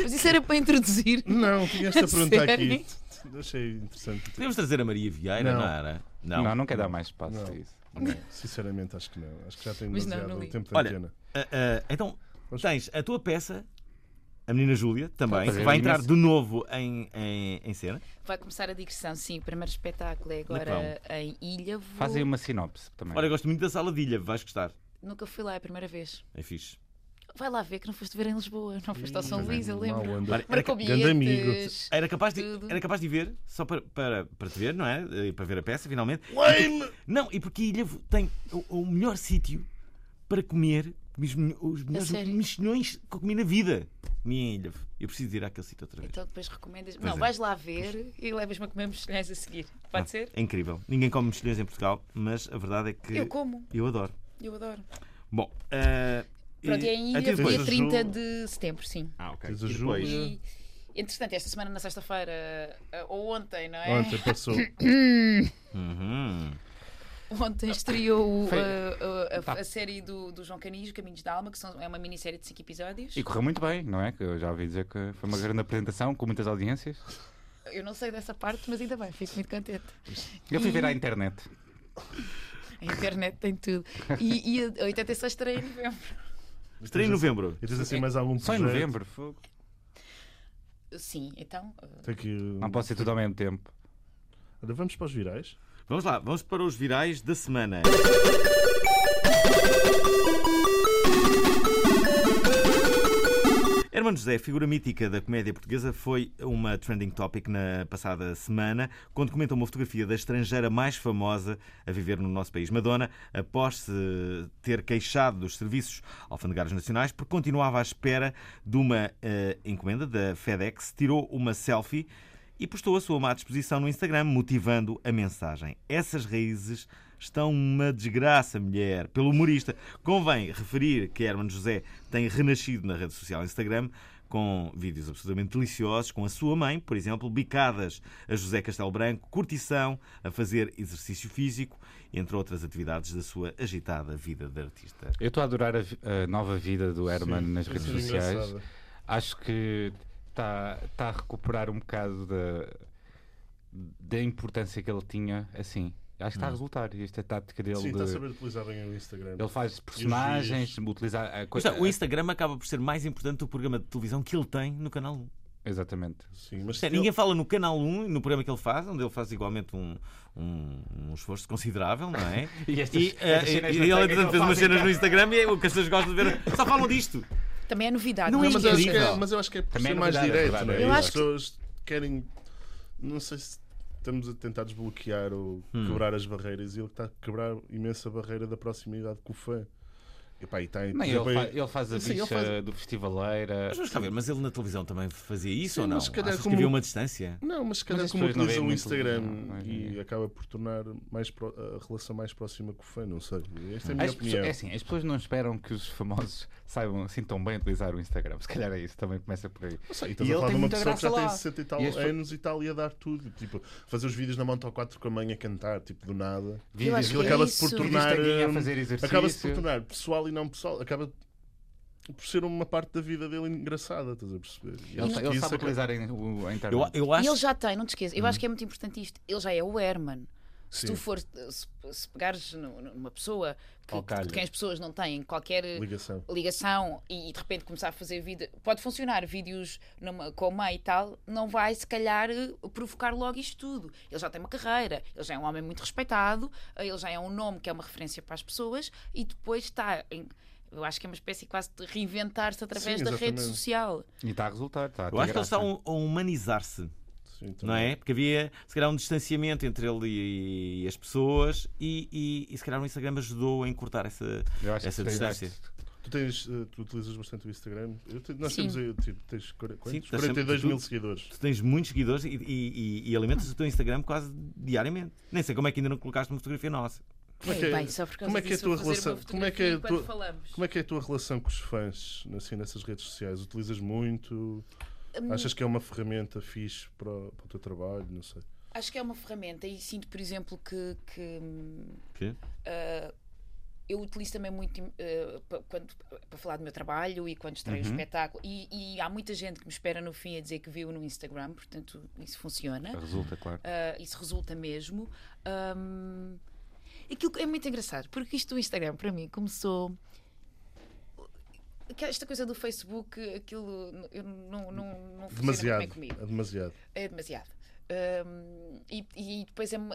Speaker 5: Mas isso era para introduzir.
Speaker 2: Não, tinha esta
Speaker 5: A
Speaker 2: pergunta aqui.
Speaker 5: sério?
Speaker 2: Achei interessante.
Speaker 1: Podemos trazer a Maria Vieira, não,
Speaker 2: Não.
Speaker 1: era?
Speaker 3: Não, não, quer dar mais espaço
Speaker 2: Não.
Speaker 3: a isso.
Speaker 2: Não, sinceramente, acho que não. Acho que já tem
Speaker 5: Mas não,
Speaker 2: demasiado
Speaker 5: não li.
Speaker 2: tempo de
Speaker 1: Olha,
Speaker 2: antena.
Speaker 1: Ah, ah, então,
Speaker 2: Vamos-
Speaker 1: tens a tua peça, a menina Júlia, também, que
Speaker 3: fazer
Speaker 1: vai entrar
Speaker 3: imenso.
Speaker 1: de novo em, em, em cena.
Speaker 5: Vai começar a digressão, sim. O primeiro espetáculo é agora em Ilha.
Speaker 3: Faz aí uma sinopse também.
Speaker 1: Olha, eu gosto muito da saladilha, vais gostar.
Speaker 5: Nunca fui lá, é a primeira vez.
Speaker 1: É fixe.
Speaker 5: vai lá ver que não foste ver em Lisboa, não foste ao São Luís, eu lembro.
Speaker 2: Mau, André.
Speaker 5: Marcou
Speaker 2: Era grande amigo.
Speaker 5: bilhetes.
Speaker 1: Era capaz, de,
Speaker 5: Tudo.
Speaker 1: era capaz de ver, só para, para, para te ver, não é? E para ver a peça, finalmente.
Speaker 2: Lame!
Speaker 1: Não, e porque a ilha tem o, o melhor sítio para comer os, melho- os melhores
Speaker 5: sério?
Speaker 1: mexilhões que eu comi na vida. Minha ilha. Eu preciso ir àquele sítio outra vez.
Speaker 5: Então depois recomendas.
Speaker 1: Pois
Speaker 5: não,
Speaker 1: é.
Speaker 5: vais lá ver e levas-me a comer mexilhões a seguir. Pode ser?
Speaker 1: É incrível. Ninguém come mexilhões em Portugal, mas a verdade é que
Speaker 8: Eu como,
Speaker 1: eu adoro.
Speaker 8: eu adoro.
Speaker 1: Bom, ah, e- tipo
Speaker 5: Pronto, é em
Speaker 1: até
Speaker 5: Ilha,
Speaker 1: depois.
Speaker 5: dia 30 de setembro, sim.
Speaker 9: Ah, ok.
Speaker 2: Tens a
Speaker 9: E depois?
Speaker 2: Júlia.
Speaker 5: E, entretanto, esta semana, na sexta-feira, eh, ou ontem, não é?
Speaker 2: Ontem passou.
Speaker 1: Uhum.
Speaker 5: Ontem estreou uh,
Speaker 3: Foi-
Speaker 5: uh, a,
Speaker 3: Tá.
Speaker 5: a série do, do João Canis, Caminhos da Alma, que são, é uma minissérie de 5 episódios.
Speaker 3: E correu muito bem, não é? Que eu já ouvi dizer que foi uma grande apresentação, com muitas audiências.
Speaker 5: Eu não sei dessa parte, mas ainda bem, fico muito contente.
Speaker 3: Eu fui ver à internet.
Speaker 5: A internet tem tudo. E, e a 86 estreia em novembro.
Speaker 1: Estreia em novembro.
Speaker 2: E tens assim mais algum
Speaker 3: Só em
Speaker 2: projeto?
Speaker 3: novembro. fogo.
Speaker 5: Sim, então. uh,
Speaker 2: Tem que...
Speaker 3: Não pode ser tudo ao mesmo tempo.
Speaker 2: Olha, vamos para os virais.
Speaker 1: Vamos lá, vamos para os virais da semana. Hermano José, figura mítica da comédia portuguesa, foi uma trending topic na passada semana, quando comenta uma fotografia da estrangeira mais famosa a viver no nosso país, Madonna, após se ter queixado dos serviços alfandegários nacionais, porque continuava à espera de uma eh, encomenda da FedEx, tirou uma selfie e postou a sua má disposição no Instagram, motivando a mensagem. Essas raízes estão uma desgraça, mulher. Pelo humorista, convém referir que Herman José tem renascido na rede social Instagram com vídeos absolutamente deliciosos, com a sua mãe, por exemplo, bicadas a José Castelo Branco, curtição, a fazer exercício físico, entre outras atividades da sua agitada vida de artista.
Speaker 3: Eu estou a adorar a, vi- a nova vida do Herman nas redes
Speaker 2: Coisa
Speaker 3: sociais.
Speaker 2: engraçada.
Speaker 3: Acho que está tá a recuperar um bocado da, da importância que ele tinha assim. Acho que está a resultar. E Esta tática dele.
Speaker 2: Hum. Sim,
Speaker 3: de-
Speaker 2: está a saber utilizar bem o Instagram.
Speaker 3: Ele faz personagens, utiliza a coisa.
Speaker 1: o Instagram acaba por ser mais importante do programa de televisão que ele tem no Canal 1.
Speaker 3: Exatamente.
Speaker 2: Sim, mas
Speaker 3: é
Speaker 1: Sério, ninguém fala no Canal 1, e no programa que ele faz, onde ele faz igualmente um, um, um esforço considerável, não é?
Speaker 3: E estas-
Speaker 1: e, eh,
Speaker 3: estas
Speaker 1: e-
Speaker 3: cenas
Speaker 1: e
Speaker 3: não
Speaker 1: ele,
Speaker 3: têm-
Speaker 1: entretanto,
Speaker 3: não
Speaker 1: fez umas
Speaker 3: fazem
Speaker 1: cenas
Speaker 3: cá.
Speaker 1: no Instagram e é o que as pessoas gostam de ver. Só falam disto.
Speaker 5: Também é novidade.
Speaker 1: Não
Speaker 5: não
Speaker 1: é
Speaker 2: Mas eu acho, que é,
Speaker 1: Incrível.
Speaker 2: mas eu acho que é por
Speaker 3: Também
Speaker 2: ser
Speaker 3: é
Speaker 2: mais
Speaker 3: verdade, é
Speaker 2: direto,
Speaker 3: verdade,
Speaker 2: não
Speaker 3: é
Speaker 2: é?
Speaker 3: Eu
Speaker 2: As
Speaker 3: acho que-
Speaker 2: pessoas querem. Não sei se estamos a tentar desbloquear ou
Speaker 3: Hum.
Speaker 2: quebrar as barreiras e ele está a quebrar imensa barreira da proximidade com o fã. Epá, e tá está
Speaker 3: Não, ele, fa- ele faz a
Speaker 2: Sim, ele
Speaker 3: bicha
Speaker 2: faz-
Speaker 3: do festivaleira.
Speaker 1: Mas vamos cá ver, mas ele na televisão também fazia isso
Speaker 2: Sim,
Speaker 1: ou não?
Speaker 2: mas se calhar
Speaker 1: Achas que
Speaker 2: como-
Speaker 1: havia uma distância?
Speaker 2: Não, mas se calhar
Speaker 3: as
Speaker 2: como
Speaker 3: pessoas não
Speaker 2: utiliza
Speaker 3: veem
Speaker 2: o
Speaker 3: muito
Speaker 2: Instagram
Speaker 3: televisão, não é?
Speaker 2: e acaba por tornar mais pro- a relação mais próxima com o fã, não sei. Esta é a minha
Speaker 3: As pessoas,
Speaker 2: opinião.
Speaker 3: é assim, as pessoas não esperam que os famosos saibam assim tão bem utilizar o Instagram. Se calhar é isso, também começa por aí.
Speaker 2: Não sei, estás
Speaker 3: E
Speaker 2: a
Speaker 3: ele
Speaker 2: falar de
Speaker 3: tem
Speaker 2: uma
Speaker 3: muita
Speaker 2: pessoa que já
Speaker 3: graça
Speaker 2: tem
Speaker 3: lá.
Speaker 2: 60 e tal
Speaker 3: E as pessoas-
Speaker 2: anos e tal e a dar tudo. Tipo, fazer os vídeos na Moto 4 com a mãe a cantar, tipo, do nada.
Speaker 5: Eu acho
Speaker 2: Aquilo
Speaker 5: que é
Speaker 2: acaba-se por
Speaker 5: isso.
Speaker 2: tornar.
Speaker 3: Turnar, a
Speaker 2: hum,
Speaker 3: fazer exercício.
Speaker 2: Acaba-se por tornar pessoal e não pessoal. Acaba por ser uma parte da vida dele engraçada, estás a perceber? E acho
Speaker 3: Ele,
Speaker 2: que é
Speaker 3: ele
Speaker 2: isso acaba-
Speaker 3: sabe utilizar em- o-
Speaker 1: Eu,
Speaker 3: a internet.
Speaker 1: eu
Speaker 5: E
Speaker 1: acho.
Speaker 5: ele já tem, não te esqueças. Eu acho que é muito importante isto. Ele já é o Herman. Se
Speaker 2: Hum. Sim.
Speaker 5: tu for, se, se pegares no- numa pessoa que,
Speaker 3: Ao calho.
Speaker 5: de quem as pessoas não têm qualquer
Speaker 2: Ligação.
Speaker 5: ligação e, e de repente começar a fazer vídeo, pode funcionar, vídeos numa, com a mãe e tal, não vai se calhar eh, provocar logo isto tudo. Ele já tem uma carreira, ele já é um homem muito respeitado, eh, ele já é um nome que é uma referência para as pessoas e depois está em- Eu acho que é uma espécie quase de reinventar-se através
Speaker 2: Sim,
Speaker 5: da rede
Speaker 2: exatamente.
Speaker 5: social.
Speaker 3: E está a resultar. Está a
Speaker 1: Eu
Speaker 3: ter
Speaker 1: acho que ele
Speaker 3: graça.
Speaker 1: está a um- a humanizar-se,
Speaker 2: Sim,
Speaker 1: não
Speaker 2: também.
Speaker 1: é? Porque havia, se calhar, um distanciamento entre ele e, e as pessoas, e, e, e se calhar o Instagram ajudou a encurtar essa,
Speaker 3: Eu acho que
Speaker 1: essa
Speaker 3: tem-
Speaker 1: distância.
Speaker 2: Tu, tens, eh, tu utilizas bastante o Instagram. Eu te- nós
Speaker 5: Sim.
Speaker 2: temos aí, tipo, tens quora- quantos?
Speaker 1: estás sempre-
Speaker 2: 42 mil
Speaker 1: tu-
Speaker 2: seguidores.
Speaker 1: Tu tens muitos seguidores e, e- e- e alimentas o teu Instagram quase diariamente. Nem sei como é que ainda não colocaste uma fotografia nossa.
Speaker 2: Como é que
Speaker 5: Ei,
Speaker 2: é-
Speaker 5: bem, só por causa
Speaker 2: como é que é a
Speaker 5: disso
Speaker 2: tua
Speaker 5: vou fazer uma
Speaker 2: relação- como é que é a
Speaker 5: fotografia enquanto
Speaker 2: tua-
Speaker 5: falamos.
Speaker 2: Como é que é a tua relação com os fãs assim, nessas redes sociais? Utilizas muito?
Speaker 5: Hum.
Speaker 2: Achas que é uma ferramenta fixe para, o- para o teu trabalho? Não sei.
Speaker 5: Acho que é uma ferramenta e sinto, por exemplo, que, que, hum,
Speaker 1: Quê?
Speaker 5: ah, eu utilizo também muito eh, pa- quando- para falar do meu trabalho e quando estreio o espetáculo. E, e há muita gente que me espera no fim a dizer que viu no Instagram, portanto isso funciona.
Speaker 3: Resulta, claro.
Speaker 5: Ah, isso resulta mesmo. Ahm, aquilo que é muito engraçado, porque isto do Instagram, para mim, começou. aquela- Esta coisa do Facebook, aquilo eu não, não, não funciona muito bem
Speaker 2: Demasiado.
Speaker 5: comigo.
Speaker 2: É demasiado.
Speaker 5: É demasiado. Um, e, e depois é, um,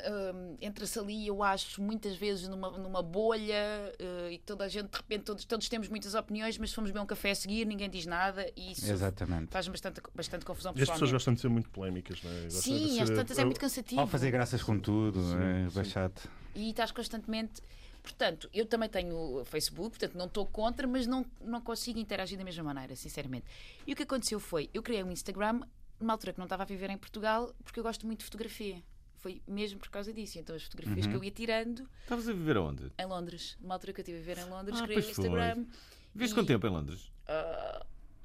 Speaker 5: entra-se ali, eu acho, muitas vezes numa, numa bolha uh, e que toda a gente, de repente, todos, todos temos muitas opiniões, mas se fomos beber um café a seguir, ninguém diz nada e isso
Speaker 3: Exatamente.
Speaker 5: faz bastante, bastante confusão
Speaker 2: E as pessoas
Speaker 5: pessoalmente.
Speaker 2: gostam de ser muito polémicas, não é? Gostam de
Speaker 5: Sim,
Speaker 2: ser-
Speaker 5: às tantas é
Speaker 2: Eu-
Speaker 5: muito cansativo.
Speaker 3: Ao fazer graças com tudo, é bem chato.
Speaker 5: E estás constantemente. Portanto, eu também tenho Facebook, portanto não estou contra, mas não, não consigo interagir da mesma maneira, sinceramente. E o que aconteceu foi, eu criei um Instagram numa altura que não estava a viver em Portugal, porque eu gosto muito de fotografia. Foi mesmo por causa disso. Então as fotografias
Speaker 10: Uhum.
Speaker 5: que eu ia tirando
Speaker 10: Estavas a viver aonde?
Speaker 5: em Londres, numa altura que eu estive a viver em Londres,
Speaker 10: Ah,
Speaker 5: criei um
Speaker 10: pois foi.
Speaker 5: Instagram.
Speaker 10: Viveste
Speaker 5: E-
Speaker 10: quanto tempo em Londres?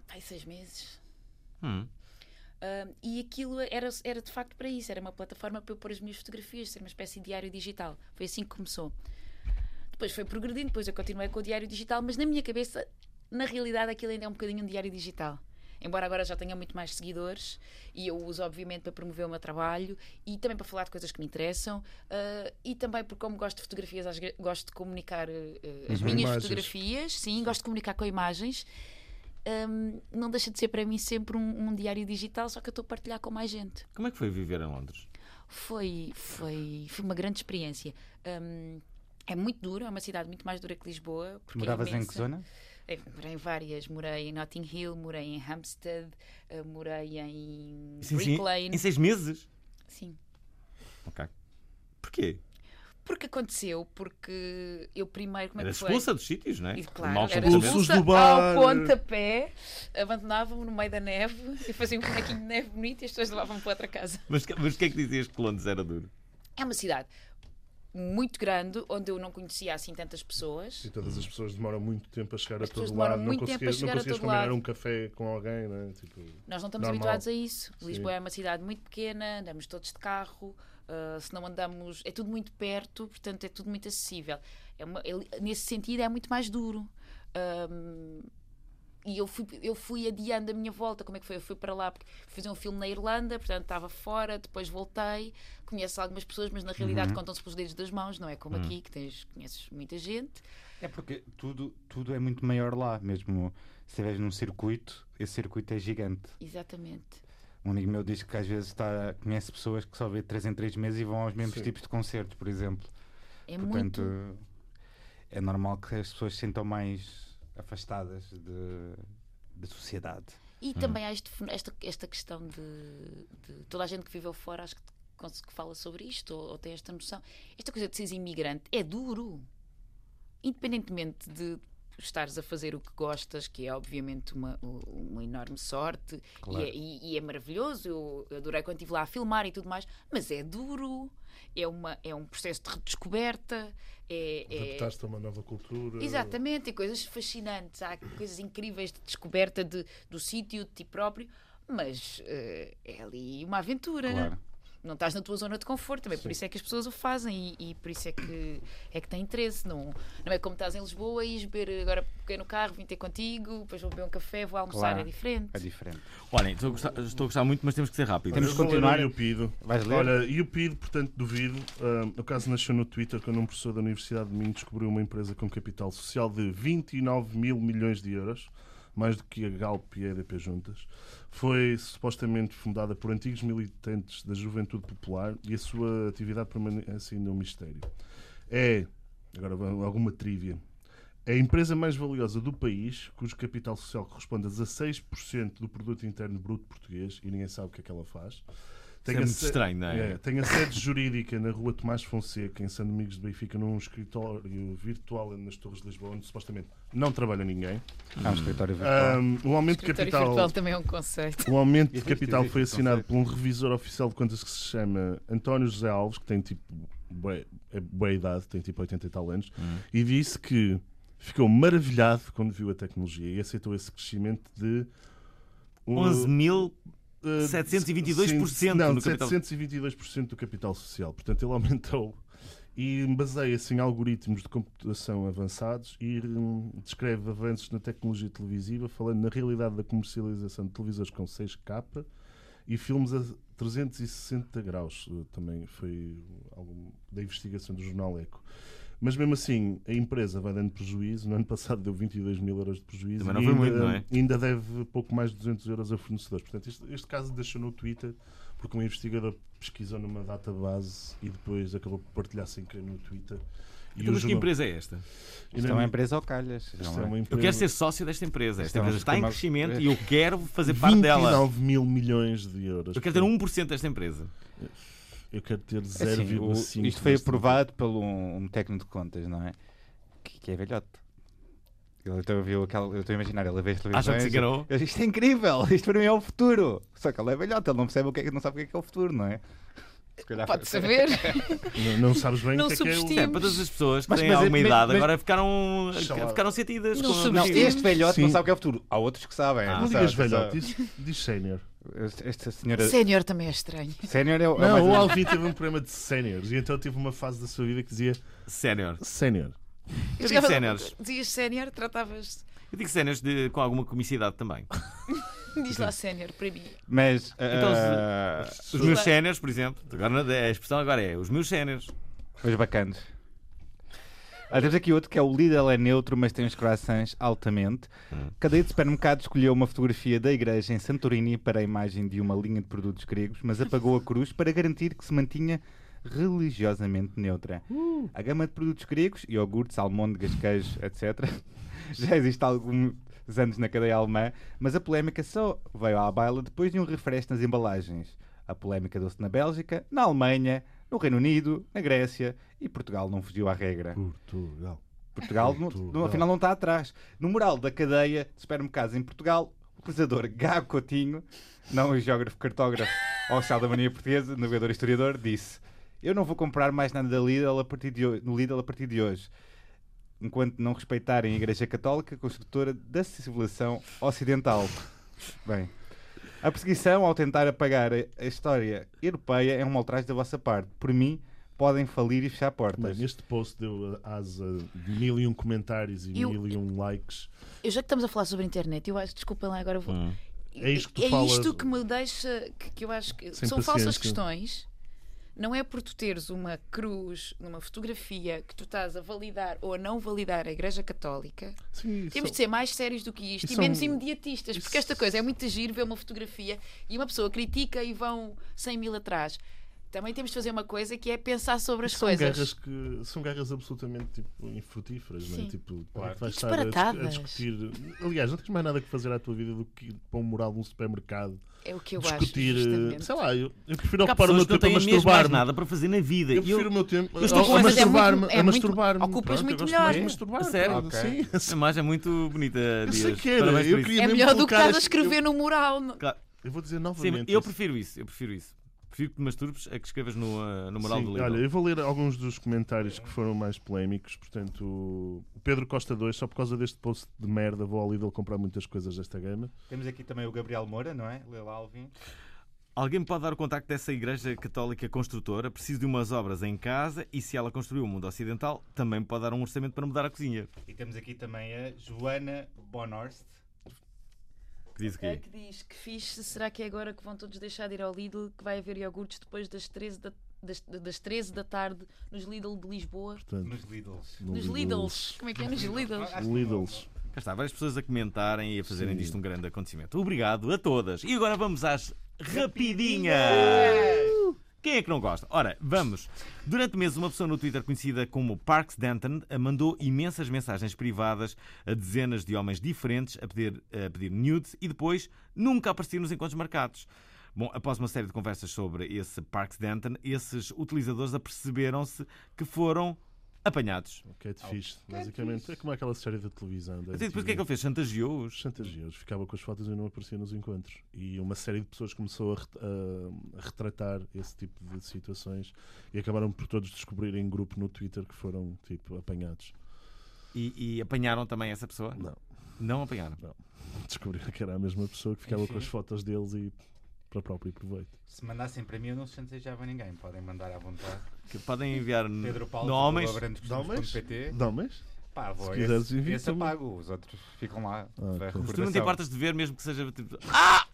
Speaker 5: Pai, seis meses.
Speaker 10: Hum.
Speaker 5: Um, e aquilo era, era de facto para isso, era uma plataforma para eu pôr as minhas fotografias, ser uma espécie de diário digital. Foi assim que começou. Depois foi progredindo, depois eu continuei com o diário digital, mas na minha cabeça, na realidade, aquilo ainda é um bocadinho um diário digital. Embora agora já tenha muito mais seguidores e eu uso, obviamente, para promover o meu trabalho e também para falar de coisas que me interessam ah, e também porque, como gosto de fotografias, às vezes gosto de comunicar ah, ah, as minhas
Speaker 2: Imagens.
Speaker 5: fotografias, sim, gosto de comunicar com imagens hum, não deixa de ser para mim sempre um, um diário digital, só que eu estou a partilhar com mais gente.
Speaker 10: Como é que foi viver em Londres?
Speaker 5: Foi, foi, foi uma grande experiência. Hum, é muito duro, é uma cidade muito mais dura que Lisboa. Porque
Speaker 3: Moravas
Speaker 5: é
Speaker 3: em
Speaker 5: imensa.
Speaker 3: que zona?
Speaker 5: Eh, morei em várias. Morei em Notting Hill, morei em Hampstead, eh, morei em Brick Lane.
Speaker 10: Em seis meses?
Speaker 5: Sim.
Speaker 10: Ok. Porquê?
Speaker 5: Porque aconteceu, porque eu primeiro. Como é
Speaker 10: Era
Speaker 5: que foi?
Speaker 10: expulsa dos sítios, não é?
Speaker 5: E, claro,
Speaker 10: Mal
Speaker 5: era
Speaker 10: comportamento.
Speaker 2: Pulsos
Speaker 5: expulsa
Speaker 2: do bar.
Speaker 5: ao pontapé, abandonavam-me no meio da neve e faziam um bonequinho de neve bonito e as pessoas levavam-me para outra casa.
Speaker 10: Mas que- mas o que é que dizias que Londres era duro?
Speaker 5: É uma cidade muito grande, onde eu não conhecia assim tantas pessoas.
Speaker 2: E todas as pessoas demoram muito tempo a chegar
Speaker 5: As
Speaker 2: a
Speaker 5: pessoas
Speaker 2: todo
Speaker 5: demoram
Speaker 2: lado. Não
Speaker 5: muito tempo a
Speaker 2: conseguias, não
Speaker 5: chegar a
Speaker 2: conseguias
Speaker 5: todo
Speaker 2: combinar
Speaker 5: lado.
Speaker 2: um café com alguém, não é? Tipo,
Speaker 5: Nós não estamos
Speaker 2: Normal.
Speaker 5: habituados a isso. Lisboa é uma cidade muito pequena, andamos todos de carro, ah, se não andamos. É tudo muito perto, portanto é tudo muito acessível. É uma- é- nesse sentido é muito mais duro. Ahm, e eu fui, eu fui adiando a minha volta. Como é que foi? Eu fui para lá porque fui fazer um filme na Irlanda, portanto estava fora, depois voltei. Conheço algumas pessoas, mas na realidade contam-se pelos dedos das mãos, não é como aqui, que tens, conheces muita gente.
Speaker 3: É porque tudo, tudo é muito maior lá, mesmo se estiveres num circuito, esse circuito é gigante.
Speaker 5: Exatamente.
Speaker 3: Um amigo meu diz que às vezes está, conhece pessoas que só vê de 3 em 3 meses e vão aos mesmos
Speaker 2: Sim.
Speaker 3: tipos de concertos, por exemplo.
Speaker 5: É
Speaker 3: Portanto,
Speaker 5: muito.
Speaker 3: é normal que as pessoas se sintam mais afastadas de, da sociedade.
Speaker 5: E também há este fen- esta, esta questão de, de toda a gente que viveu fora, acho que, cons- que fala sobre isto ou, ou tem esta noção. Esta coisa de seres imigrante é duro, independentemente de estares a fazer o que gostas, que é obviamente uma, uma enorme sorte
Speaker 3: Claro.
Speaker 5: e, é, e- e é maravilhoso. Eu adorei quando estive lá a filmar e tudo mais, mas é duro, é, uma, é um processo de redescoberta, é- é,
Speaker 2: adaptaste a uma nova cultura.
Speaker 5: Exatamente, e coisas fascinantes. Há coisas incríveis de descoberta de, do sítio, de ti próprio, mas eh, é ali uma aventura. né?
Speaker 3: Claro.
Speaker 5: Não estás na tua zona de conforto também, por isso é que as pessoas o fazem e, e por isso é que é que tem interesse. Não, não é como estás em Lisboa e ires beber agora peguei no carro, vim ter contigo, depois vou beber um café, vou almoçar,
Speaker 3: Claro.
Speaker 5: é diferente.
Speaker 3: É diferente.
Speaker 10: Olhem, estou a, gostar, estou a gostar muito, mas temos que ser rápidos.
Speaker 3: Temos
Speaker 2: Temos
Speaker 3: que
Speaker 2: que continuar.
Speaker 3: continuar.
Speaker 2: O Pido.
Speaker 3: Vais ler?
Speaker 2: Olha, e o Pido, portanto, duvido. Ahm, o caso nasceu no Twitter quando um professor da Universidade de Minho descobriu uma empresa com capital social de 29 mil milhões de euros, mais do que a Galp e a EDP juntas. Foi supostamente fundada por antigos militantes da Juventude Popular e a sua atividade permanece ainda um mistério. É, agora vão- alguma trívia, a empresa mais valiosa do país, cujo capital social corresponde a 16% do produto interno bruto português e ninguém sabe o que é que ela faz.
Speaker 10: é
Speaker 2: a
Speaker 10: muito estranho, não é?
Speaker 2: tem a sede jurídica na rua Tomás Fonseca, em São Domingos de Benfica, num escritório virtual nas Torres de Lisboa, onde supostamente não trabalha ninguém.
Speaker 3: Há um escritório
Speaker 2: Ah,
Speaker 3: virtual.
Speaker 2: Ahm, o aumento de
Speaker 5: Escritório
Speaker 2: capital.
Speaker 5: virtual também é um conceito.
Speaker 2: O aumento de
Speaker 3: Existe,
Speaker 2: capital
Speaker 3: existe
Speaker 2: foi
Speaker 3: esse
Speaker 2: assinado
Speaker 3: conceito.
Speaker 2: por um revisor oficial de contas que se chama António José Alves, que tem tipo bué- é boa idade, tem tipo 80 e tal anos,
Speaker 10: Hum.
Speaker 2: e disse que ficou maravilhado quando viu a tecnologia e aceitou esse crescimento de um,
Speaker 10: 11 mil.
Speaker 2: eh,
Speaker 10: 722%
Speaker 2: não,
Speaker 10: do capital.
Speaker 2: 722% do capital social. Portanto, ele aumentou e baseia-se em algoritmos de computação avançados e hum, descreve avanços na tecnologia televisiva, falando na realidade da comercialização de televisores com 6K e filmes a 360 graus. eh, Também foi algum, da investigação do jornal Eco. Mas mesmo assim, a empresa vai dando prejuízo. No ano passado deu 22 mil euros de prejuízo.
Speaker 11: Também não
Speaker 2: e
Speaker 11: foi muito,
Speaker 2: ainda,
Speaker 11: não é?
Speaker 2: Ainda deve pouco mais de 200 euros a fornecedores. Portanto, este, este caso deixou no Twitter porque um investigador pesquisou numa database e depois acabou por partilhar sem querer no Twitter. E
Speaker 1: Então,
Speaker 2: o
Speaker 1: mas que
Speaker 2: jornal-
Speaker 1: empresa é esta?
Speaker 3: Isto é uma empresa ao calhas.
Speaker 2: Isto
Speaker 3: não
Speaker 2: é
Speaker 3: é?
Speaker 2: uma
Speaker 1: Eu
Speaker 2: empresa-
Speaker 1: quero ser sócio desta empresa. Esta
Speaker 3: é um
Speaker 1: empresa está em
Speaker 3: esquema-
Speaker 1: crescimento e eu quero fazer parte dela.
Speaker 2: 29 mil milhões de euros.
Speaker 1: Eu quero ter 1% desta empresa.
Speaker 2: Eu quero ter
Speaker 3: É assim,
Speaker 2: 0,5.
Speaker 3: o- isto foi
Speaker 2: deste-
Speaker 3: aprovado por um, um técnico de contas, não é? Que, que é velhote. Ele então viu aquela, eu estou a imaginar, ele vê as
Speaker 2: Ah,
Speaker 3: televisões.
Speaker 1: Acham que se enganou?
Speaker 3: ele- Isto é incrível, isto para mim é o futuro. Só que ele é velhote, ele não percebe o que é, que- não sabe o que é, que é o futuro, não é? Se calhar foi-
Speaker 5: Pode saber.
Speaker 2: Não, não sabes bem
Speaker 5: Não
Speaker 2: o que é que é o...
Speaker 5: subestimo.
Speaker 1: É, para todas as pessoas que
Speaker 3: Mas-
Speaker 1: têm
Speaker 3: mas-
Speaker 1: alguma
Speaker 3: mas-
Speaker 1: idade
Speaker 3: mas-
Speaker 1: agora ficaram,
Speaker 2: Sei lá.
Speaker 1: ficaram sentidas.
Speaker 5: Não
Speaker 1: com-
Speaker 5: sub-
Speaker 3: Não,
Speaker 5: Sim.
Speaker 3: este velhote
Speaker 2: Sim. Ah.
Speaker 3: não sabe o que é o futuro. Há outros que sabem.
Speaker 2: Não
Speaker 3: sabe,
Speaker 2: digas
Speaker 3: sabe.
Speaker 2: velhote, diz, diz sénior.
Speaker 3: Esta senhora
Speaker 5: Sénior também é estranho.
Speaker 3: sénior é o. é o mais-
Speaker 2: Não, o Alvin teve um problema de séniores e então teve uma fase da sua vida que dizia
Speaker 1: Sénior.
Speaker 2: sénior.
Speaker 1: Eu digo
Speaker 5: Chegava-
Speaker 1: séniores.
Speaker 5: Dizias sénior, tratavas.
Speaker 1: Eu digo séniores de- com alguma comicidade também.
Speaker 5: Diz lá sénior para mim.
Speaker 3: Mas.
Speaker 1: Então,
Speaker 3: ah,
Speaker 1: Os meus séniores, por exemplo. Agora, a expressão agora é os meus séniores.
Speaker 3: Os bacanas. Ah, temos aqui outro que é o Lidl é neutro, mas tem os croissants altamente. Cadeia de supermercado escolheu uma fotografia da igreja em Santorini para a imagem de uma linha de produtos gregos, mas apagou a cruz para garantir que se mantinha religiosamente neutra. A gama de produtos gregos, iogurtes, almôndegas, queijos, etc., já existe há alguns anos na cadeia alemã, mas a polémica só veio à baila depois de um refresh nas embalagens. A polémica deu-se na Bélgica, na Alemanha, no Reino Unido, na Grécia e Portugal não fugiu à regra.
Speaker 2: Portugal.
Speaker 3: Portugal, no,
Speaker 2: Portugal.
Speaker 3: no, afinal, não está atrás. No mural da cadeia de supermercados em Portugal, o utilizador Gago Coutinho, não o geógrafo cartógrafo oficial da mania portuguesa, navegador e historiador, disse: Eu não vou comprar mais nada da Lidl a partir de hoje, no Lidl a partir de hoje, enquanto não respeitarem a Igreja Católica, construtora da civilização ocidental. Bem. A perseguição ao tentar apagar a a história europeia é um ultraje da vossa parte. Por mim, podem falir e fechar portas.
Speaker 2: Bem, este post deu asa de mil e um comentários e
Speaker 5: Eu-
Speaker 2: mil e um likes.
Speaker 5: Eu já que estamos a falar sobre a internet, eu acho, desculpem lá, agora eu vou.
Speaker 2: É isto que tu
Speaker 5: é isto
Speaker 2: falas.
Speaker 5: que me deixa que, que eu acho que
Speaker 2: Sem
Speaker 5: são falsas
Speaker 2: paciência.
Speaker 5: questões. Não é por tu teres uma cruz numa fotografia que tu estás a validar ou a não validar a Igreja Católica.
Speaker 2: Sim,
Speaker 5: Temos
Speaker 2: só-
Speaker 5: de ser mais sérios do que isto
Speaker 2: e
Speaker 5: e,
Speaker 2: são-
Speaker 5: menos imediatistas, porque
Speaker 2: é um isso-
Speaker 5: esta coisa é muito giro ver uma fotografia e uma pessoa critica e vão 100 mil atrás. Também temos de fazer uma coisa que é pensar sobre as
Speaker 2: são
Speaker 5: coisas.
Speaker 2: guerras que são guerras absolutamente tipo, infrutíferas, não é?
Speaker 5: Sim.
Speaker 2: Tipo, para que
Speaker 5: E
Speaker 2: vais estar a, dis- a
Speaker 5: disparatadas.
Speaker 2: discutir. Aliás, não tens mais nada que fazer à tua vida do que ir para um mural num supermercado
Speaker 5: É o que eu
Speaker 2: discutir.
Speaker 5: acho.
Speaker 2: eh,
Speaker 5: justamente.
Speaker 2: sei lá, eu, eu prefiro
Speaker 1: Porque Há
Speaker 2: ocupar o
Speaker 1: pessoas
Speaker 2: meu
Speaker 1: que não
Speaker 2: tempo a
Speaker 1: têm mesmo mais
Speaker 2: masturbar-me.
Speaker 1: nada para fazer na vida.
Speaker 2: Eu
Speaker 1: E eu-
Speaker 2: prefiro o meu tempo
Speaker 1: estou
Speaker 2: a-
Speaker 1: com
Speaker 2: a
Speaker 1: essas-
Speaker 5: é muito-
Speaker 2: masturbar-me.
Speaker 5: é
Speaker 2: a
Speaker 5: muito-
Speaker 2: masturbar-me.
Speaker 5: ocupas
Speaker 2: Pronto, eu
Speaker 5: muito
Speaker 2: gosto
Speaker 5: melhor.
Speaker 2: bem de Ah, masturbar,
Speaker 1: A sério?
Speaker 2: pronto,
Speaker 3: Ok.
Speaker 2: Sim,
Speaker 1: A imagem é muito bonita,
Speaker 2: Eu
Speaker 1: Dias.
Speaker 2: sei que era.
Speaker 1: Parabéns por
Speaker 2: Eu
Speaker 1: isso.
Speaker 2: queria
Speaker 5: É
Speaker 2: mesmo
Speaker 5: melhor do que
Speaker 2: colocar
Speaker 5: estás a
Speaker 2: este-
Speaker 5: escrever no mural.
Speaker 1: Claro.
Speaker 2: Eu vou dizer
Speaker 1: Sim,
Speaker 2: novamente.
Speaker 1: eu
Speaker 2: este-
Speaker 1: prefiro isso, eu prefiro isso. Prefiro que te masturbes a que escrevas no, ah, no mural
Speaker 2: Sim,
Speaker 1: do livro.
Speaker 2: Olha, eu vou ler alguns dos comentários que foram mais polémicos. Portanto, o Pedro Costa 2, só por causa deste post de merda, vou ao Lidl comprar muitas coisas desta gama.
Speaker 3: Temos aqui também o Gabriel Moura, não é? Lila Alvin.
Speaker 1: Alguém me pode dar o contacto dessa igreja católica construtora? Preciso de umas obras em casa e se ela construiu o mundo ocidental, também me pode dar um orçamento para mudar a cozinha.
Speaker 3: E temos aqui também a Joana Bonhorst.
Speaker 1: Que diz o
Speaker 5: É
Speaker 1: quê?
Speaker 5: que diz que fixe, será que é agora que vão todos deixar de ir ao Lidl que vai haver iogurtes depois das 13 da, das, das 13 da tarde nos Lidl de Lisboa?
Speaker 3: Nos Lidls.
Speaker 5: Nos Lidls. Como é que é? Nos Lidls.
Speaker 2: Lidls. Ah,
Speaker 1: Cá está, várias pessoas a comentarem e a fazerem disto um grande acontecimento. Obrigado a todas. E agora vamos às rapidinhas. Quem é que não gosta? Ora, vamos. Durante meses, uma pessoa no Twitter conhecida como Parks Denton eh, mandou imensas mensagens privadas a dezenas de homens diferentes a pedir, a pedir nudes e depois nunca aparecer nos encontros marcados. Bom, após uma série de conversas sobre esse Parks Denton, esses utilizadores aperceberam-se que foram apanhados.
Speaker 2: Catfish, basicamente. É como aquela série da televisão. da
Speaker 1: Até depois o que é que
Speaker 2: MTV.
Speaker 1: ele fez? Chantageou-os?
Speaker 2: Chantageou-os, ficava com as fotos e não aparecia nos encontros. E uma série de pessoas começou a, ret- a- a retratar esse tipo de situações e acabaram por todos descobrirem em grupo no Twitter que foram tipo apanhados.
Speaker 1: E, e apanharam também essa pessoa?
Speaker 2: Não.
Speaker 1: Não apanharam.
Speaker 2: Descobriram que era a mesma pessoa que ficava com as fotos deles e para próprio proveito.
Speaker 3: Se mandassem para mim, eu não sentejava ninguém. Podem mandar à vontade.
Speaker 1: Que podem enviar no-
Speaker 3: Pedro Paulo,
Speaker 1: nomes.
Speaker 3: um grandecostumes.pt.
Speaker 2: Não, mas
Speaker 3: Pá, vou.
Speaker 2: Se quiseres,
Speaker 3: Esse, esse
Speaker 2: invita-me.
Speaker 3: apago. Os outros ficam lá.
Speaker 2: ok.
Speaker 3: para
Speaker 2: Mas tu
Speaker 1: Tu não
Speaker 2: não
Speaker 1: te
Speaker 3: recordação.
Speaker 1: importas de ver, mesmo que seja tipo.
Speaker 3: Ah,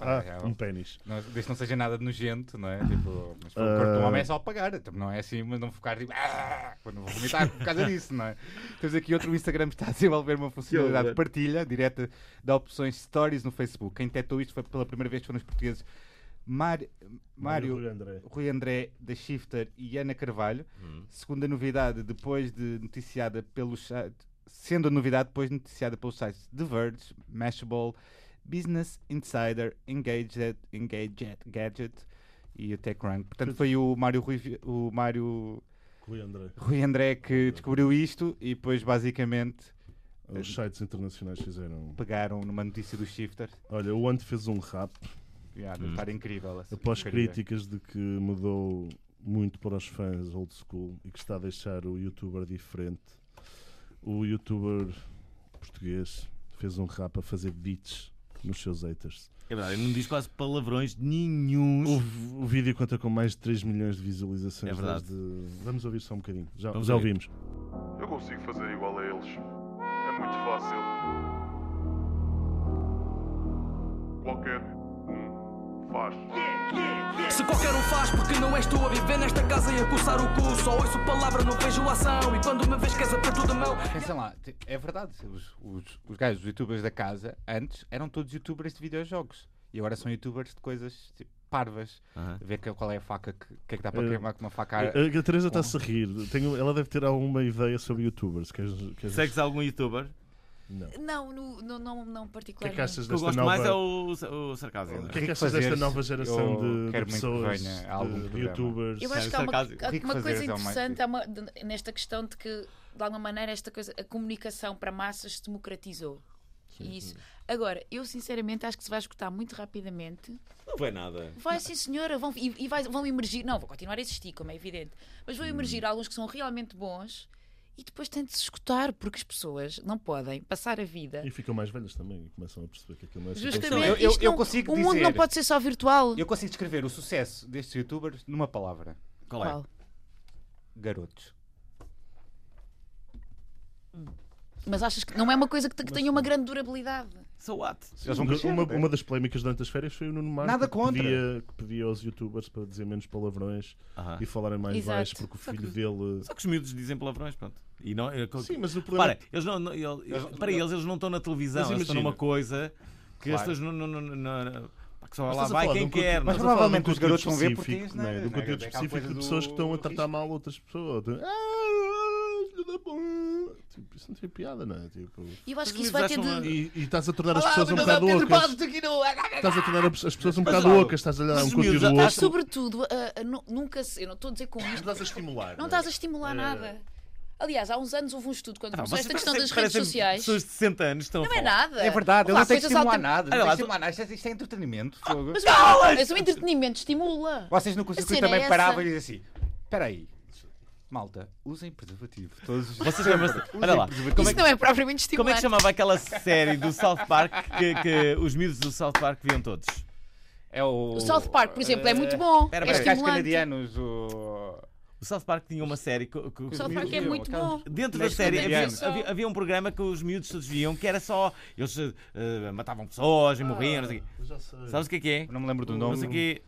Speaker 2: Ah,
Speaker 3: já
Speaker 2: um
Speaker 3: vão.
Speaker 2: pênis.
Speaker 3: Não, desde que não seja nada nojento, não é? Tipo, mas para o
Speaker 2: Ah.
Speaker 3: corpo de um homem é só apagar. Tipo, não é assim, mas não ficar tipo. "Ah!" Pá, não vou vomitar por causa disso, não é? Temos aqui outro Instagram que está a desenvolver uma funcionalidade de partilha direta da opções Stories no Facebook. Quem tentou isto foi pela primeira vez foram os portugueses Mário, Mário
Speaker 2: Rui André.
Speaker 3: Rui André da Shifter e Ana Carvalho. Segunda novidade, depois de noticiada pelo site, sendo a novidade depois noticiada pelos sites The Verge, Mashable, Business Insider, Engadget, Engadget Gadget e o TechRank. Portanto, foi o Mário Rui, o Mário
Speaker 2: Rui André.
Speaker 3: Rui André que descobriu isto e depois basicamente
Speaker 2: Os sites internacionais fizeram.
Speaker 3: pegaram numa notícia do Shifter.
Speaker 2: Olha, o Ant fez um rap
Speaker 3: Yeah, deve estar incrível. essa
Speaker 2: após
Speaker 3: porcaria.
Speaker 2: críticas de que mudou muito para os fãs old school e que está a deixar o youtuber diferente. O youtuber português fez um rap a fazer beats nos seus haters.
Speaker 12: É verdade, ele não diz quase palavrões nenhum.
Speaker 2: O, v- o vídeo conta com mais de 3 milhões de visualizações.
Speaker 12: É verdade.
Speaker 2: desde- Vamos ouvir só um bocadinho. Já,
Speaker 12: Vamos
Speaker 2: já
Speaker 12: ouvir.
Speaker 2: ouvimos.
Speaker 4: Eu consigo fazer igual a eles. É muito fácil. Qualquer um faz.
Speaker 13: Se qualquer um faz, porque não és tu a viver nesta casa e a coçar o cu. Só ouço palavra, não vejo ação. E quando me vês, queres aperto da mão.
Speaker 3: Pensem lá, te- é verdade, os, os, os gajos, os youtubers da casa, antes eram todos youtubers de videojogos e agora são youtubers de coisas tipo, parvas. Ver que- qual é a faca que, que é que dá para
Speaker 2: Eh,
Speaker 3: queimar com uma faca.
Speaker 2: A, a Teresa está-se a rir. Tenho- ela deve ter alguma ideia sobre youtubers. Queres, queres...
Speaker 12: Segues algum youtuber?
Speaker 2: Não.
Speaker 5: Não, no- no- não, não
Speaker 2: O que é
Speaker 5: particularmente.
Speaker 2: que achas
Speaker 12: O que eu
Speaker 2: desta
Speaker 12: gosto
Speaker 2: nova...
Speaker 12: mais é o, o sarcasmo.
Speaker 2: O
Speaker 12: não é?
Speaker 2: que é que
Speaker 3: que
Speaker 2: achas desta
Speaker 3: fazeres?
Speaker 2: nova
Speaker 3: Eu
Speaker 2: geração de, de
Speaker 3: quero muito que
Speaker 2: pessoas,
Speaker 3: venha
Speaker 2: de-
Speaker 3: algum
Speaker 2: de,
Speaker 3: programa.
Speaker 2: youtubers?
Speaker 5: Eu acho que há uma,
Speaker 12: sarcasmo.
Speaker 5: há
Speaker 3: é Rico
Speaker 5: uma coisa
Speaker 3: fazeres é o mais
Speaker 5: interessante há uma- de- nesta questão de que, de alguma maneira, esta coisa, a comunicação para massas se democratizou. E isso. Agora, eu sinceramente acho que se vai escutar muito rapidamente.
Speaker 12: Não vai nada.
Speaker 5: Vai sim, senhora, vão, e, e vai- vão emergir. Não, vão continuar a existir, como é evidente. Mas
Speaker 3: Hum.
Speaker 5: vão emergir alguns que são realmente bons e depois tem de se escutar, porque as pessoas não podem passar a vida.
Speaker 2: E ficam mais velhas também e começam a perceber que aquilo não é assim tão
Speaker 5: Justamente,
Speaker 3: Eu- eu-
Speaker 5: isto
Speaker 3: eu
Speaker 5: não-
Speaker 3: consigo
Speaker 5: o mundo
Speaker 3: dizer-
Speaker 5: não pode ser só virtual.
Speaker 3: Eu consigo descrever o sucesso destes youtubers numa palavra:
Speaker 12: Qual é?
Speaker 5: Qual?
Speaker 3: garotos.
Speaker 5: Mas achas que não é uma coisa que, te- que tenha uma grande durabilidade?
Speaker 12: So what?
Speaker 3: Eles
Speaker 2: Uma-
Speaker 3: vão crescer,
Speaker 2: uma,
Speaker 3: não é?
Speaker 2: uma das polémicas durante as férias foi o Nuno Marco
Speaker 3: Nada
Speaker 2: que,
Speaker 3: contra.
Speaker 2: pedia, que pedia aos youtubers para dizer menos palavrões
Speaker 12: Aham.
Speaker 2: e falarem mais
Speaker 5: Exato.
Speaker 2: baixo porque o filho dele.
Speaker 12: Só É que os miúdos dizem palavrões, pronto. E não, eu-
Speaker 2: Sim, mas o problema. é
Speaker 12: Para, eles não, não- ele- para eles, eles não estão na televisão,
Speaker 2: Mas
Speaker 12: eles estão
Speaker 2: imagina.
Speaker 12: numa coisa que as
Speaker 3: Claro.
Speaker 12: pessoas não. não, não, não- não- pá, que só
Speaker 2: Mas
Speaker 12: lá
Speaker 2: estás a
Speaker 12: vai
Speaker 2: falar de
Speaker 12: quem
Speaker 2: um conteúdo-
Speaker 12: quer. é?
Speaker 3: Mas
Speaker 2: estás a falar de um
Speaker 3: provavelmente os
Speaker 2: conteúdo
Speaker 3: garotos vão ver porque
Speaker 2: específico,
Speaker 3: tens, não é?
Speaker 2: né? Do
Speaker 3: Não é?
Speaker 2: conteúdo
Speaker 3: É aquela
Speaker 2: específico
Speaker 3: coisa
Speaker 2: de
Speaker 3: do
Speaker 2: pessoas que estão a tratar
Speaker 3: risco.
Speaker 2: mal outras pessoas. De, "Ah, filho da puta." Tipo, isso não tem piada, não é? Tipo...
Speaker 5: E eu
Speaker 12: Mas
Speaker 5: acho que isso
Speaker 12: os
Speaker 5: vai
Speaker 12: miúdos
Speaker 5: ter
Speaker 12: acham
Speaker 5: de.
Speaker 2: E, e estás a tornar as pessoas um bocado ocas.
Speaker 12: Ah,
Speaker 2: Estás a tornar as pessoas um bocado
Speaker 12: olha,
Speaker 2: ocas. Estás a dar
Speaker 12: mas
Speaker 2: um
Speaker 12: os miúdos
Speaker 2: conteúdo
Speaker 12: já-
Speaker 5: Mas,
Speaker 2: oco.
Speaker 5: sobretudo, a- a nu- nunca se. Eu não estou a dizer com isto.
Speaker 2: Estás a estimular. é?
Speaker 5: Não estás a estimular nada. Aliás, há uns anos houve um estudo quando
Speaker 12: Pá, É.
Speaker 5: começou
Speaker 12: Ah, vocês
Speaker 5: esta questão
Speaker 12: parecem-
Speaker 5: das redes
Speaker 12: parecem
Speaker 5: sociais.
Speaker 12: Pessoas de 60 anos estão
Speaker 5: Não é nada.
Speaker 3: É verdade, ele
Speaker 5: Opa,
Speaker 3: não tem que
Speaker 5: coisas
Speaker 3: estimular
Speaker 5: alter-
Speaker 3: nada.
Speaker 12: Olha lá,
Speaker 3: Não tem
Speaker 12: tu-
Speaker 3: que estimular nada. Isto é- Isto é entretenimento. fogo.
Speaker 5: Mas, o- mas o entretenimento estimula.
Speaker 3: Vocês no
Speaker 5: A
Speaker 3: curso
Speaker 5: cena é
Speaker 3: também
Speaker 5: essa.
Speaker 3: paravam e
Speaker 12: eh,
Speaker 3: diziam assim: espera aí. Malta, usem preservativo. Todos os
Speaker 12: Vocês
Speaker 3: sempre.
Speaker 12: lembram-se-
Speaker 3: Usem
Speaker 12: Olha lá,
Speaker 3: preservativo.
Speaker 12: como é
Speaker 5: Isso não é propriamente estimular.
Speaker 12: Como é que chamava aquela série do South Park que, que os miúdos do South Park viam todos?
Speaker 3: É o...
Speaker 5: O South Park, por exemplo, é muito
Speaker 12: Eh,
Speaker 5: bom.
Speaker 12: Espera,
Speaker 5: é
Speaker 12: espera,
Speaker 3: Os gajos
Speaker 5: estimulante.
Speaker 3: canadianos, o...
Speaker 12: O South Park tinha uma série que, que-
Speaker 5: O South Park é muito bom.
Speaker 12: Dentro da
Speaker 3: Mas é
Speaker 12: série havia,
Speaker 3: canadianos.
Speaker 12: havia- havia um programa que os miúdos todos viam que era só. Eles eh, matavam pessoas e morriam, não sei o quê.
Speaker 2: Já sei.
Speaker 12: Sabes o que é que é?
Speaker 3: Eu Não me lembro do
Speaker 12: Não sei o
Speaker 3: nome.
Speaker 12: quê.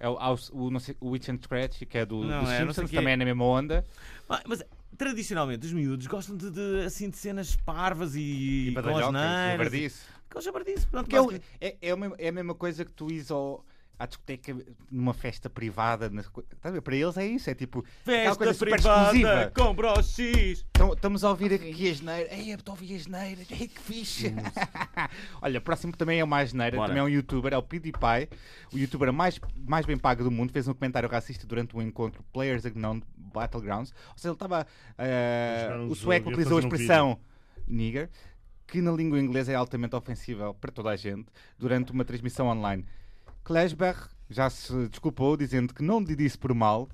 Speaker 3: É o, há o, o, não sei, o Witch and Scratch, que é do,
Speaker 12: Não,
Speaker 3: dos
Speaker 12: é, não sei
Speaker 3: Simpsons,
Speaker 12: quê.
Speaker 3: também é na mesma onda.
Speaker 12: Mas, mas, tradicionalmente os miúdos gostam de, de, assim, de cenas parvas e,
Speaker 3: E
Speaker 12: e com
Speaker 3: badalhocas,
Speaker 12: asneiras.
Speaker 3: jabardice.
Speaker 12: Com jabardice, pronto.
Speaker 3: Que é, o-
Speaker 12: basicamente.
Speaker 3: é, é, o mesmo- é a mesma coisa que tu ires ao, à discoteca numa festa privada. na- estás a ver? Para eles é isso, é tipo aquela
Speaker 12: Festa
Speaker 3: coisa super
Speaker 12: privada,
Speaker 3: exclusiva.
Speaker 12: compra o X.
Speaker 3: Então, estamos a ouvir aqui a geneira. Ei, eu estou a ouvir a geneira. Ei, que fixe. Olha, próximo também é uma geneira.
Speaker 12: Bora.
Speaker 3: Também é um youtuber. É o PewDiePie. O youtuber mais, mais bem pago do mundo. Fez um comentário racista durante o encontro Players Unknown Battlegrounds. Ou seja, ele estava... eh,
Speaker 2: jogar um
Speaker 3: o
Speaker 2: jogo e
Speaker 3: sueco
Speaker 2: a
Speaker 3: utilizou a
Speaker 2: fazer um
Speaker 3: expressão nigger, que na língua inglesa é altamente ofensível para toda a gente, durante uma transmissão online. Klesberg já se desculpou, dizendo que não lhe disse por mal,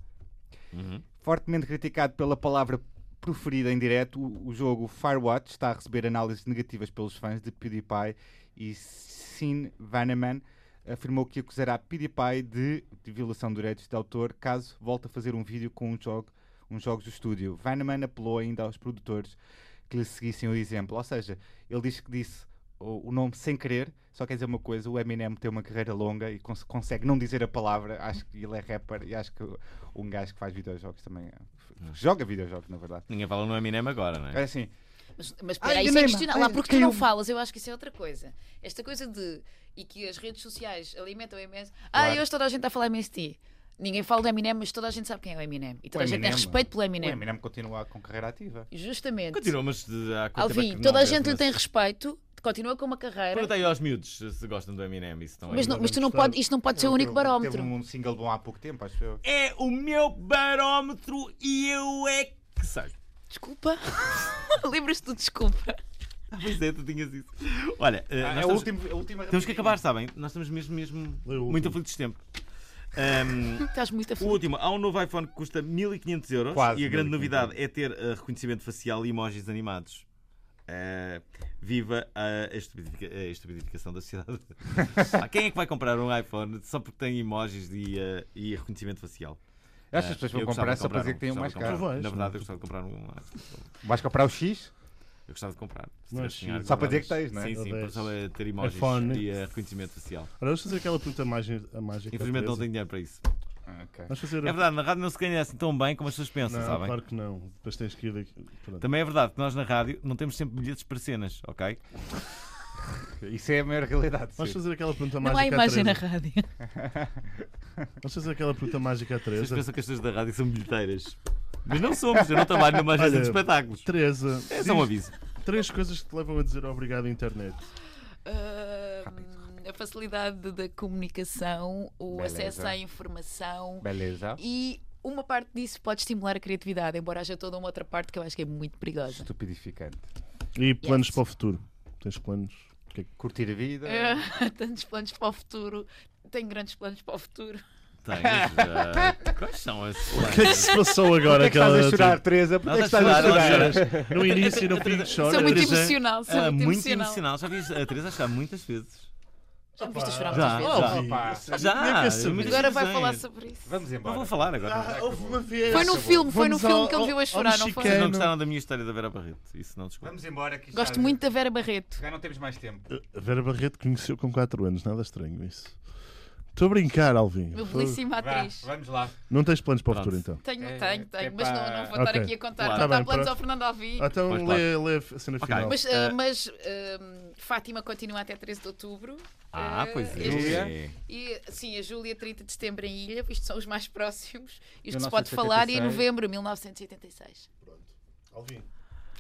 Speaker 3: fortemente criticado pela palavra proferida em direto, o, o jogo Firewatch está a receber análises negativas pelos fãs de PewDiePie e Sin Vanaman afirmou que acusará PewDiePie de, de violação de direitos de autor caso volte a fazer um vídeo com um jogo, uns jogos do estúdio. Vanaman apelou ainda aos produtores que lhe seguissem o exemplo, ou seja, ele diz que disse "Oh, o, o nome sem querer, só quer dizer uma coisa: o Eminem tem uma carreira longa e cons- consegue não dizer a palavra. Acho que ele é rapper e acho que um gajo que faz videojogos também é- joga videojogos, na verdade.
Speaker 1: Ninguém fala no Eminem agora, não é?
Speaker 3: É assim.
Speaker 5: Mas, mas espera,
Speaker 3: Ai,
Speaker 5: isso é
Speaker 3: Neymar,
Speaker 5: questionável.
Speaker 3: ai,
Speaker 5: Lá porque tu
Speaker 3: caiu.
Speaker 5: não falas, eu acho que isso é outra coisa. Esta coisa de. E que as redes sociais alimentam imenso. Ah, hoje toda a gente está a falar imenso de ti. Ninguém fala do Eminem, mas toda a gente sabe quem é o Eminem. E toda a gente tem respeito pelo
Speaker 3: O
Speaker 5: Eminem.
Speaker 3: Eminem continua com carreira ativa.
Speaker 5: Justamente.
Speaker 1: Continua, mas
Speaker 12: eh,
Speaker 1: de- há quanto tempo é que
Speaker 5: Alvin,
Speaker 1: não
Speaker 5: toda a
Speaker 1: vês
Speaker 5: gente lhe
Speaker 1: uma-
Speaker 5: tem respeito, continua com uma carreira.
Speaker 1: Pergunta aí aos miúdos se gostam do Eminem. Isso não é
Speaker 5: Mas, não- mas tu não
Speaker 2: gostava.
Speaker 5: pode, isto não pode ser é o único
Speaker 3: Teve
Speaker 5: barómetro.
Speaker 3: um single bom há pouco tempo, acho eu.
Speaker 1: É o meu barómetro e eu é que sei.
Speaker 5: Desculpa. Lembras-te do desculpa.
Speaker 1: Ah, pois é, tu tinhas isso. Olha, eh, nós
Speaker 3: é o
Speaker 1: temos,
Speaker 3: último, a última
Speaker 1: temos que acabar, sabem? Nós estamos mesmo, mesmo
Speaker 2: É o último.
Speaker 1: muito aflitos de tempo. Ahm,
Speaker 5: Estás muito
Speaker 1: o
Speaker 5: aflito.
Speaker 1: último, há um novo iPhone que custa 1500 euros
Speaker 3: Quase
Speaker 1: e a grande
Speaker 3: 1500.
Speaker 1: novidade é ter eh, reconhecimento facial e emojis animados. Eh, viva a estupidifica- a estupidificação da sociedade. Ah, quem é que vai comprar um iPhone só porque tem emojis e, eh, e reconhecimento facial?
Speaker 3: Acho que as pessoas
Speaker 1: Eu
Speaker 3: vão
Speaker 1: gostava
Speaker 3: comprar
Speaker 1: de
Speaker 3: só para
Speaker 1: um,
Speaker 3: dizer que tem um
Speaker 1: gostava
Speaker 3: mais
Speaker 1: de comprar
Speaker 3: caro.
Speaker 1: um.
Speaker 2: Vais,
Speaker 1: Na verdade,
Speaker 2: não.
Speaker 1: eu gostava de comprar um.
Speaker 3: Vais comprar o X?
Speaker 1: Eu gostava de comprar. Se
Speaker 2: Não é
Speaker 1: tivesse dinheiro,
Speaker 2: chique.
Speaker 3: Só para dizer que
Speaker 1: comprava.
Speaker 3: tens, não é?
Speaker 1: Sim, sim,
Speaker 2: Ou
Speaker 1: para só eh, ter emojis
Speaker 2: iPhone.
Speaker 1: e eh, reconhecimento facial.
Speaker 2: Ora, vamos fazer aquela pergunta mágica. mágica à
Speaker 1: Infelizmente não
Speaker 2: Teresa.
Speaker 1: tenho dinheiro para isso.
Speaker 2: Vamos fazer
Speaker 1: É verdade, na rádio não se ganha assim tão bem como as pessoas pensam,
Speaker 2: Não,
Speaker 1: sabem?
Speaker 2: claro que não. Depois tens que ir daqui. Pronto.
Speaker 1: Também é verdade que nós na rádio não temos sempre bilhetes para cenas, ok?
Speaker 3: Isso é a maior realidade.
Speaker 2: Vamos
Speaker 3: sim.
Speaker 2: fazer aquela pergunta
Speaker 5: Não há
Speaker 2: mágica à
Speaker 5: imagem na
Speaker 2: Teresa.
Speaker 5: rádio.
Speaker 2: Vamos fazer aquela pergunta mágica à
Speaker 1: Vocês
Speaker 2: Teresa.
Speaker 1: pensam que as pessoas da rádio são bilheteiras. Mas não somos, eu não trabalho numa agência
Speaker 2: Olha,
Speaker 1: de espetáculos.
Speaker 2: Teresa,
Speaker 1: É só um
Speaker 2: diz
Speaker 1: aviso.
Speaker 2: três coisas que te levam a dizer obrigado à internet.
Speaker 5: Ah, a facilidade da comunicação, o
Speaker 3: Beleza.
Speaker 5: acesso à informação
Speaker 3: Beleza.
Speaker 5: e uma parte disso pode estimular a criatividade, embora haja toda uma outra parte que eu acho que é muito perigosa.
Speaker 3: Estupidificante.
Speaker 2: E planos para o futuro. Tens planos? O que é que-
Speaker 3: Curtir a vida.
Speaker 5: Ah, tantos planos para o futuro, tenho grandes planos para o futuro.
Speaker 1: Tens, eh, quais são esses
Speaker 2: O que é
Speaker 1: planos?
Speaker 2: que se passou agora?
Speaker 3: Porquê que estás a chorar,
Speaker 2: aquela-
Speaker 3: Teresa? Porquê
Speaker 1: Não,
Speaker 3: que
Speaker 1: estás
Speaker 3: estás
Speaker 1: a
Speaker 3: a
Speaker 1: chorar,
Speaker 3: chorar?
Speaker 1: não choras.
Speaker 2: No início, no fim, chora.
Speaker 5: sou muito
Speaker 2: Teresa.
Speaker 5: emocional, sou
Speaker 1: Ah,
Speaker 5: muito,
Speaker 1: muito
Speaker 5: emocional.
Speaker 1: emocional. Já vi a Teresa achar muitas vezes.
Speaker 5: Já me viste a chorar
Speaker 1: Já,
Speaker 5: muitas vezes.
Speaker 1: já.
Speaker 2: Ouvi.
Speaker 3: Opa.
Speaker 5: Tá, é
Speaker 2: Tinha
Speaker 1: Já!
Speaker 2: que saber.
Speaker 1: muitas
Speaker 5: Agora vai
Speaker 1: vezes,
Speaker 5: falar
Speaker 1: hein?
Speaker 5: sobre isso.
Speaker 3: Vamos
Speaker 1: Não
Speaker 3: embora.
Speaker 1: vou falar agora.
Speaker 2: Ah, houve uma vez.
Speaker 5: Foi no filme, foi no
Speaker 2: Vamos
Speaker 5: filme
Speaker 2: ao-
Speaker 5: que ele viu a
Speaker 2: ao-
Speaker 5: chorar,
Speaker 2: ao
Speaker 5: não foi?
Speaker 1: Vocês
Speaker 2: mexicano.
Speaker 1: não gostaram da minha história da Vera Barreto. Isso não desculpa.
Speaker 3: Vamos embora. que isto
Speaker 5: Gosto
Speaker 3: já-
Speaker 5: muito da Vera Barreto.
Speaker 3: Já não temos mais tempo.
Speaker 2: A Vera Barreto conheceu com 4 anos, nada estranho isso. Estou a brincar, Alvin.
Speaker 5: Uma belíssima
Speaker 3: Vá,
Speaker 5: atriz.
Speaker 3: vamos lá.
Speaker 2: Não tens planos para o
Speaker 1: Pronto.
Speaker 2: futuro então?
Speaker 5: Tenho,
Speaker 3: É,
Speaker 5: tenho,
Speaker 3: é
Speaker 5: tenho, mas não,
Speaker 3: pá.
Speaker 5: não vou estar
Speaker 2: Ok.
Speaker 5: aqui a contar,
Speaker 1: Claro.
Speaker 5: não
Speaker 2: Tá
Speaker 5: está
Speaker 2: bem,
Speaker 5: planos
Speaker 2: pronto.
Speaker 5: ao Fernando Alvim.
Speaker 2: Ah, Então
Speaker 1: Pois, claro.
Speaker 2: lê, lê a cena
Speaker 1: Ok.
Speaker 2: final.
Speaker 5: Mas,
Speaker 1: Eh,
Speaker 5: ah, mas, ah, Fátima continua até 13 de outubro.
Speaker 1: Ah,
Speaker 5: Eh,
Speaker 1: pois é.
Speaker 3: Júlia?
Speaker 5: E sim, a Júlia, 30 de setembro em Ilha, isto são os mais próximos. Isto se
Speaker 3: 1976.
Speaker 5: pode falar. E em novembro, 1986.
Speaker 2: Alvin,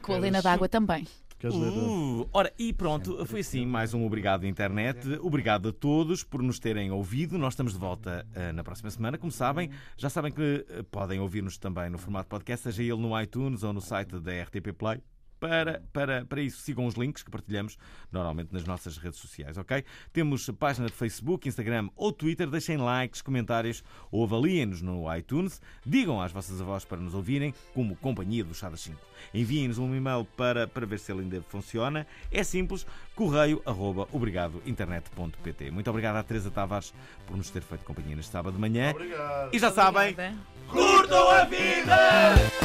Speaker 5: Com a Helena D'Água também.
Speaker 2: queres ler?
Speaker 1: Uh, ora, e pronto, foi assim mais um obrigado à internet. Obrigado a todos por nos terem ouvido. Nós estamos de volta ah, na próxima semana, como sabem. Já sabem que ah, podem ouvir-nos também no formato podcast, seja ele no iTunes ou no site da RTP Play. Para, para, para isso, sigam os links que partilhamos normalmente nas nossas redes sociais, ok? Temos página de Facebook, Instagram ou Twitter. Deixem likes, comentários ou avaliem-nos no iTunes. Digam às vossas avós para nos ouvirem, como Companhia do Chá das 5. Enviem-nos um e-mail para, para ver se ele ainda funciona. É simples, correio arroba obrigado internet.pt. Muito obrigado à Teresa Tavares por nos ter feito companhia neste sábado de manhã. Obrigado. E já sabem,
Speaker 5: Obrigada.
Speaker 1: curtam a vida!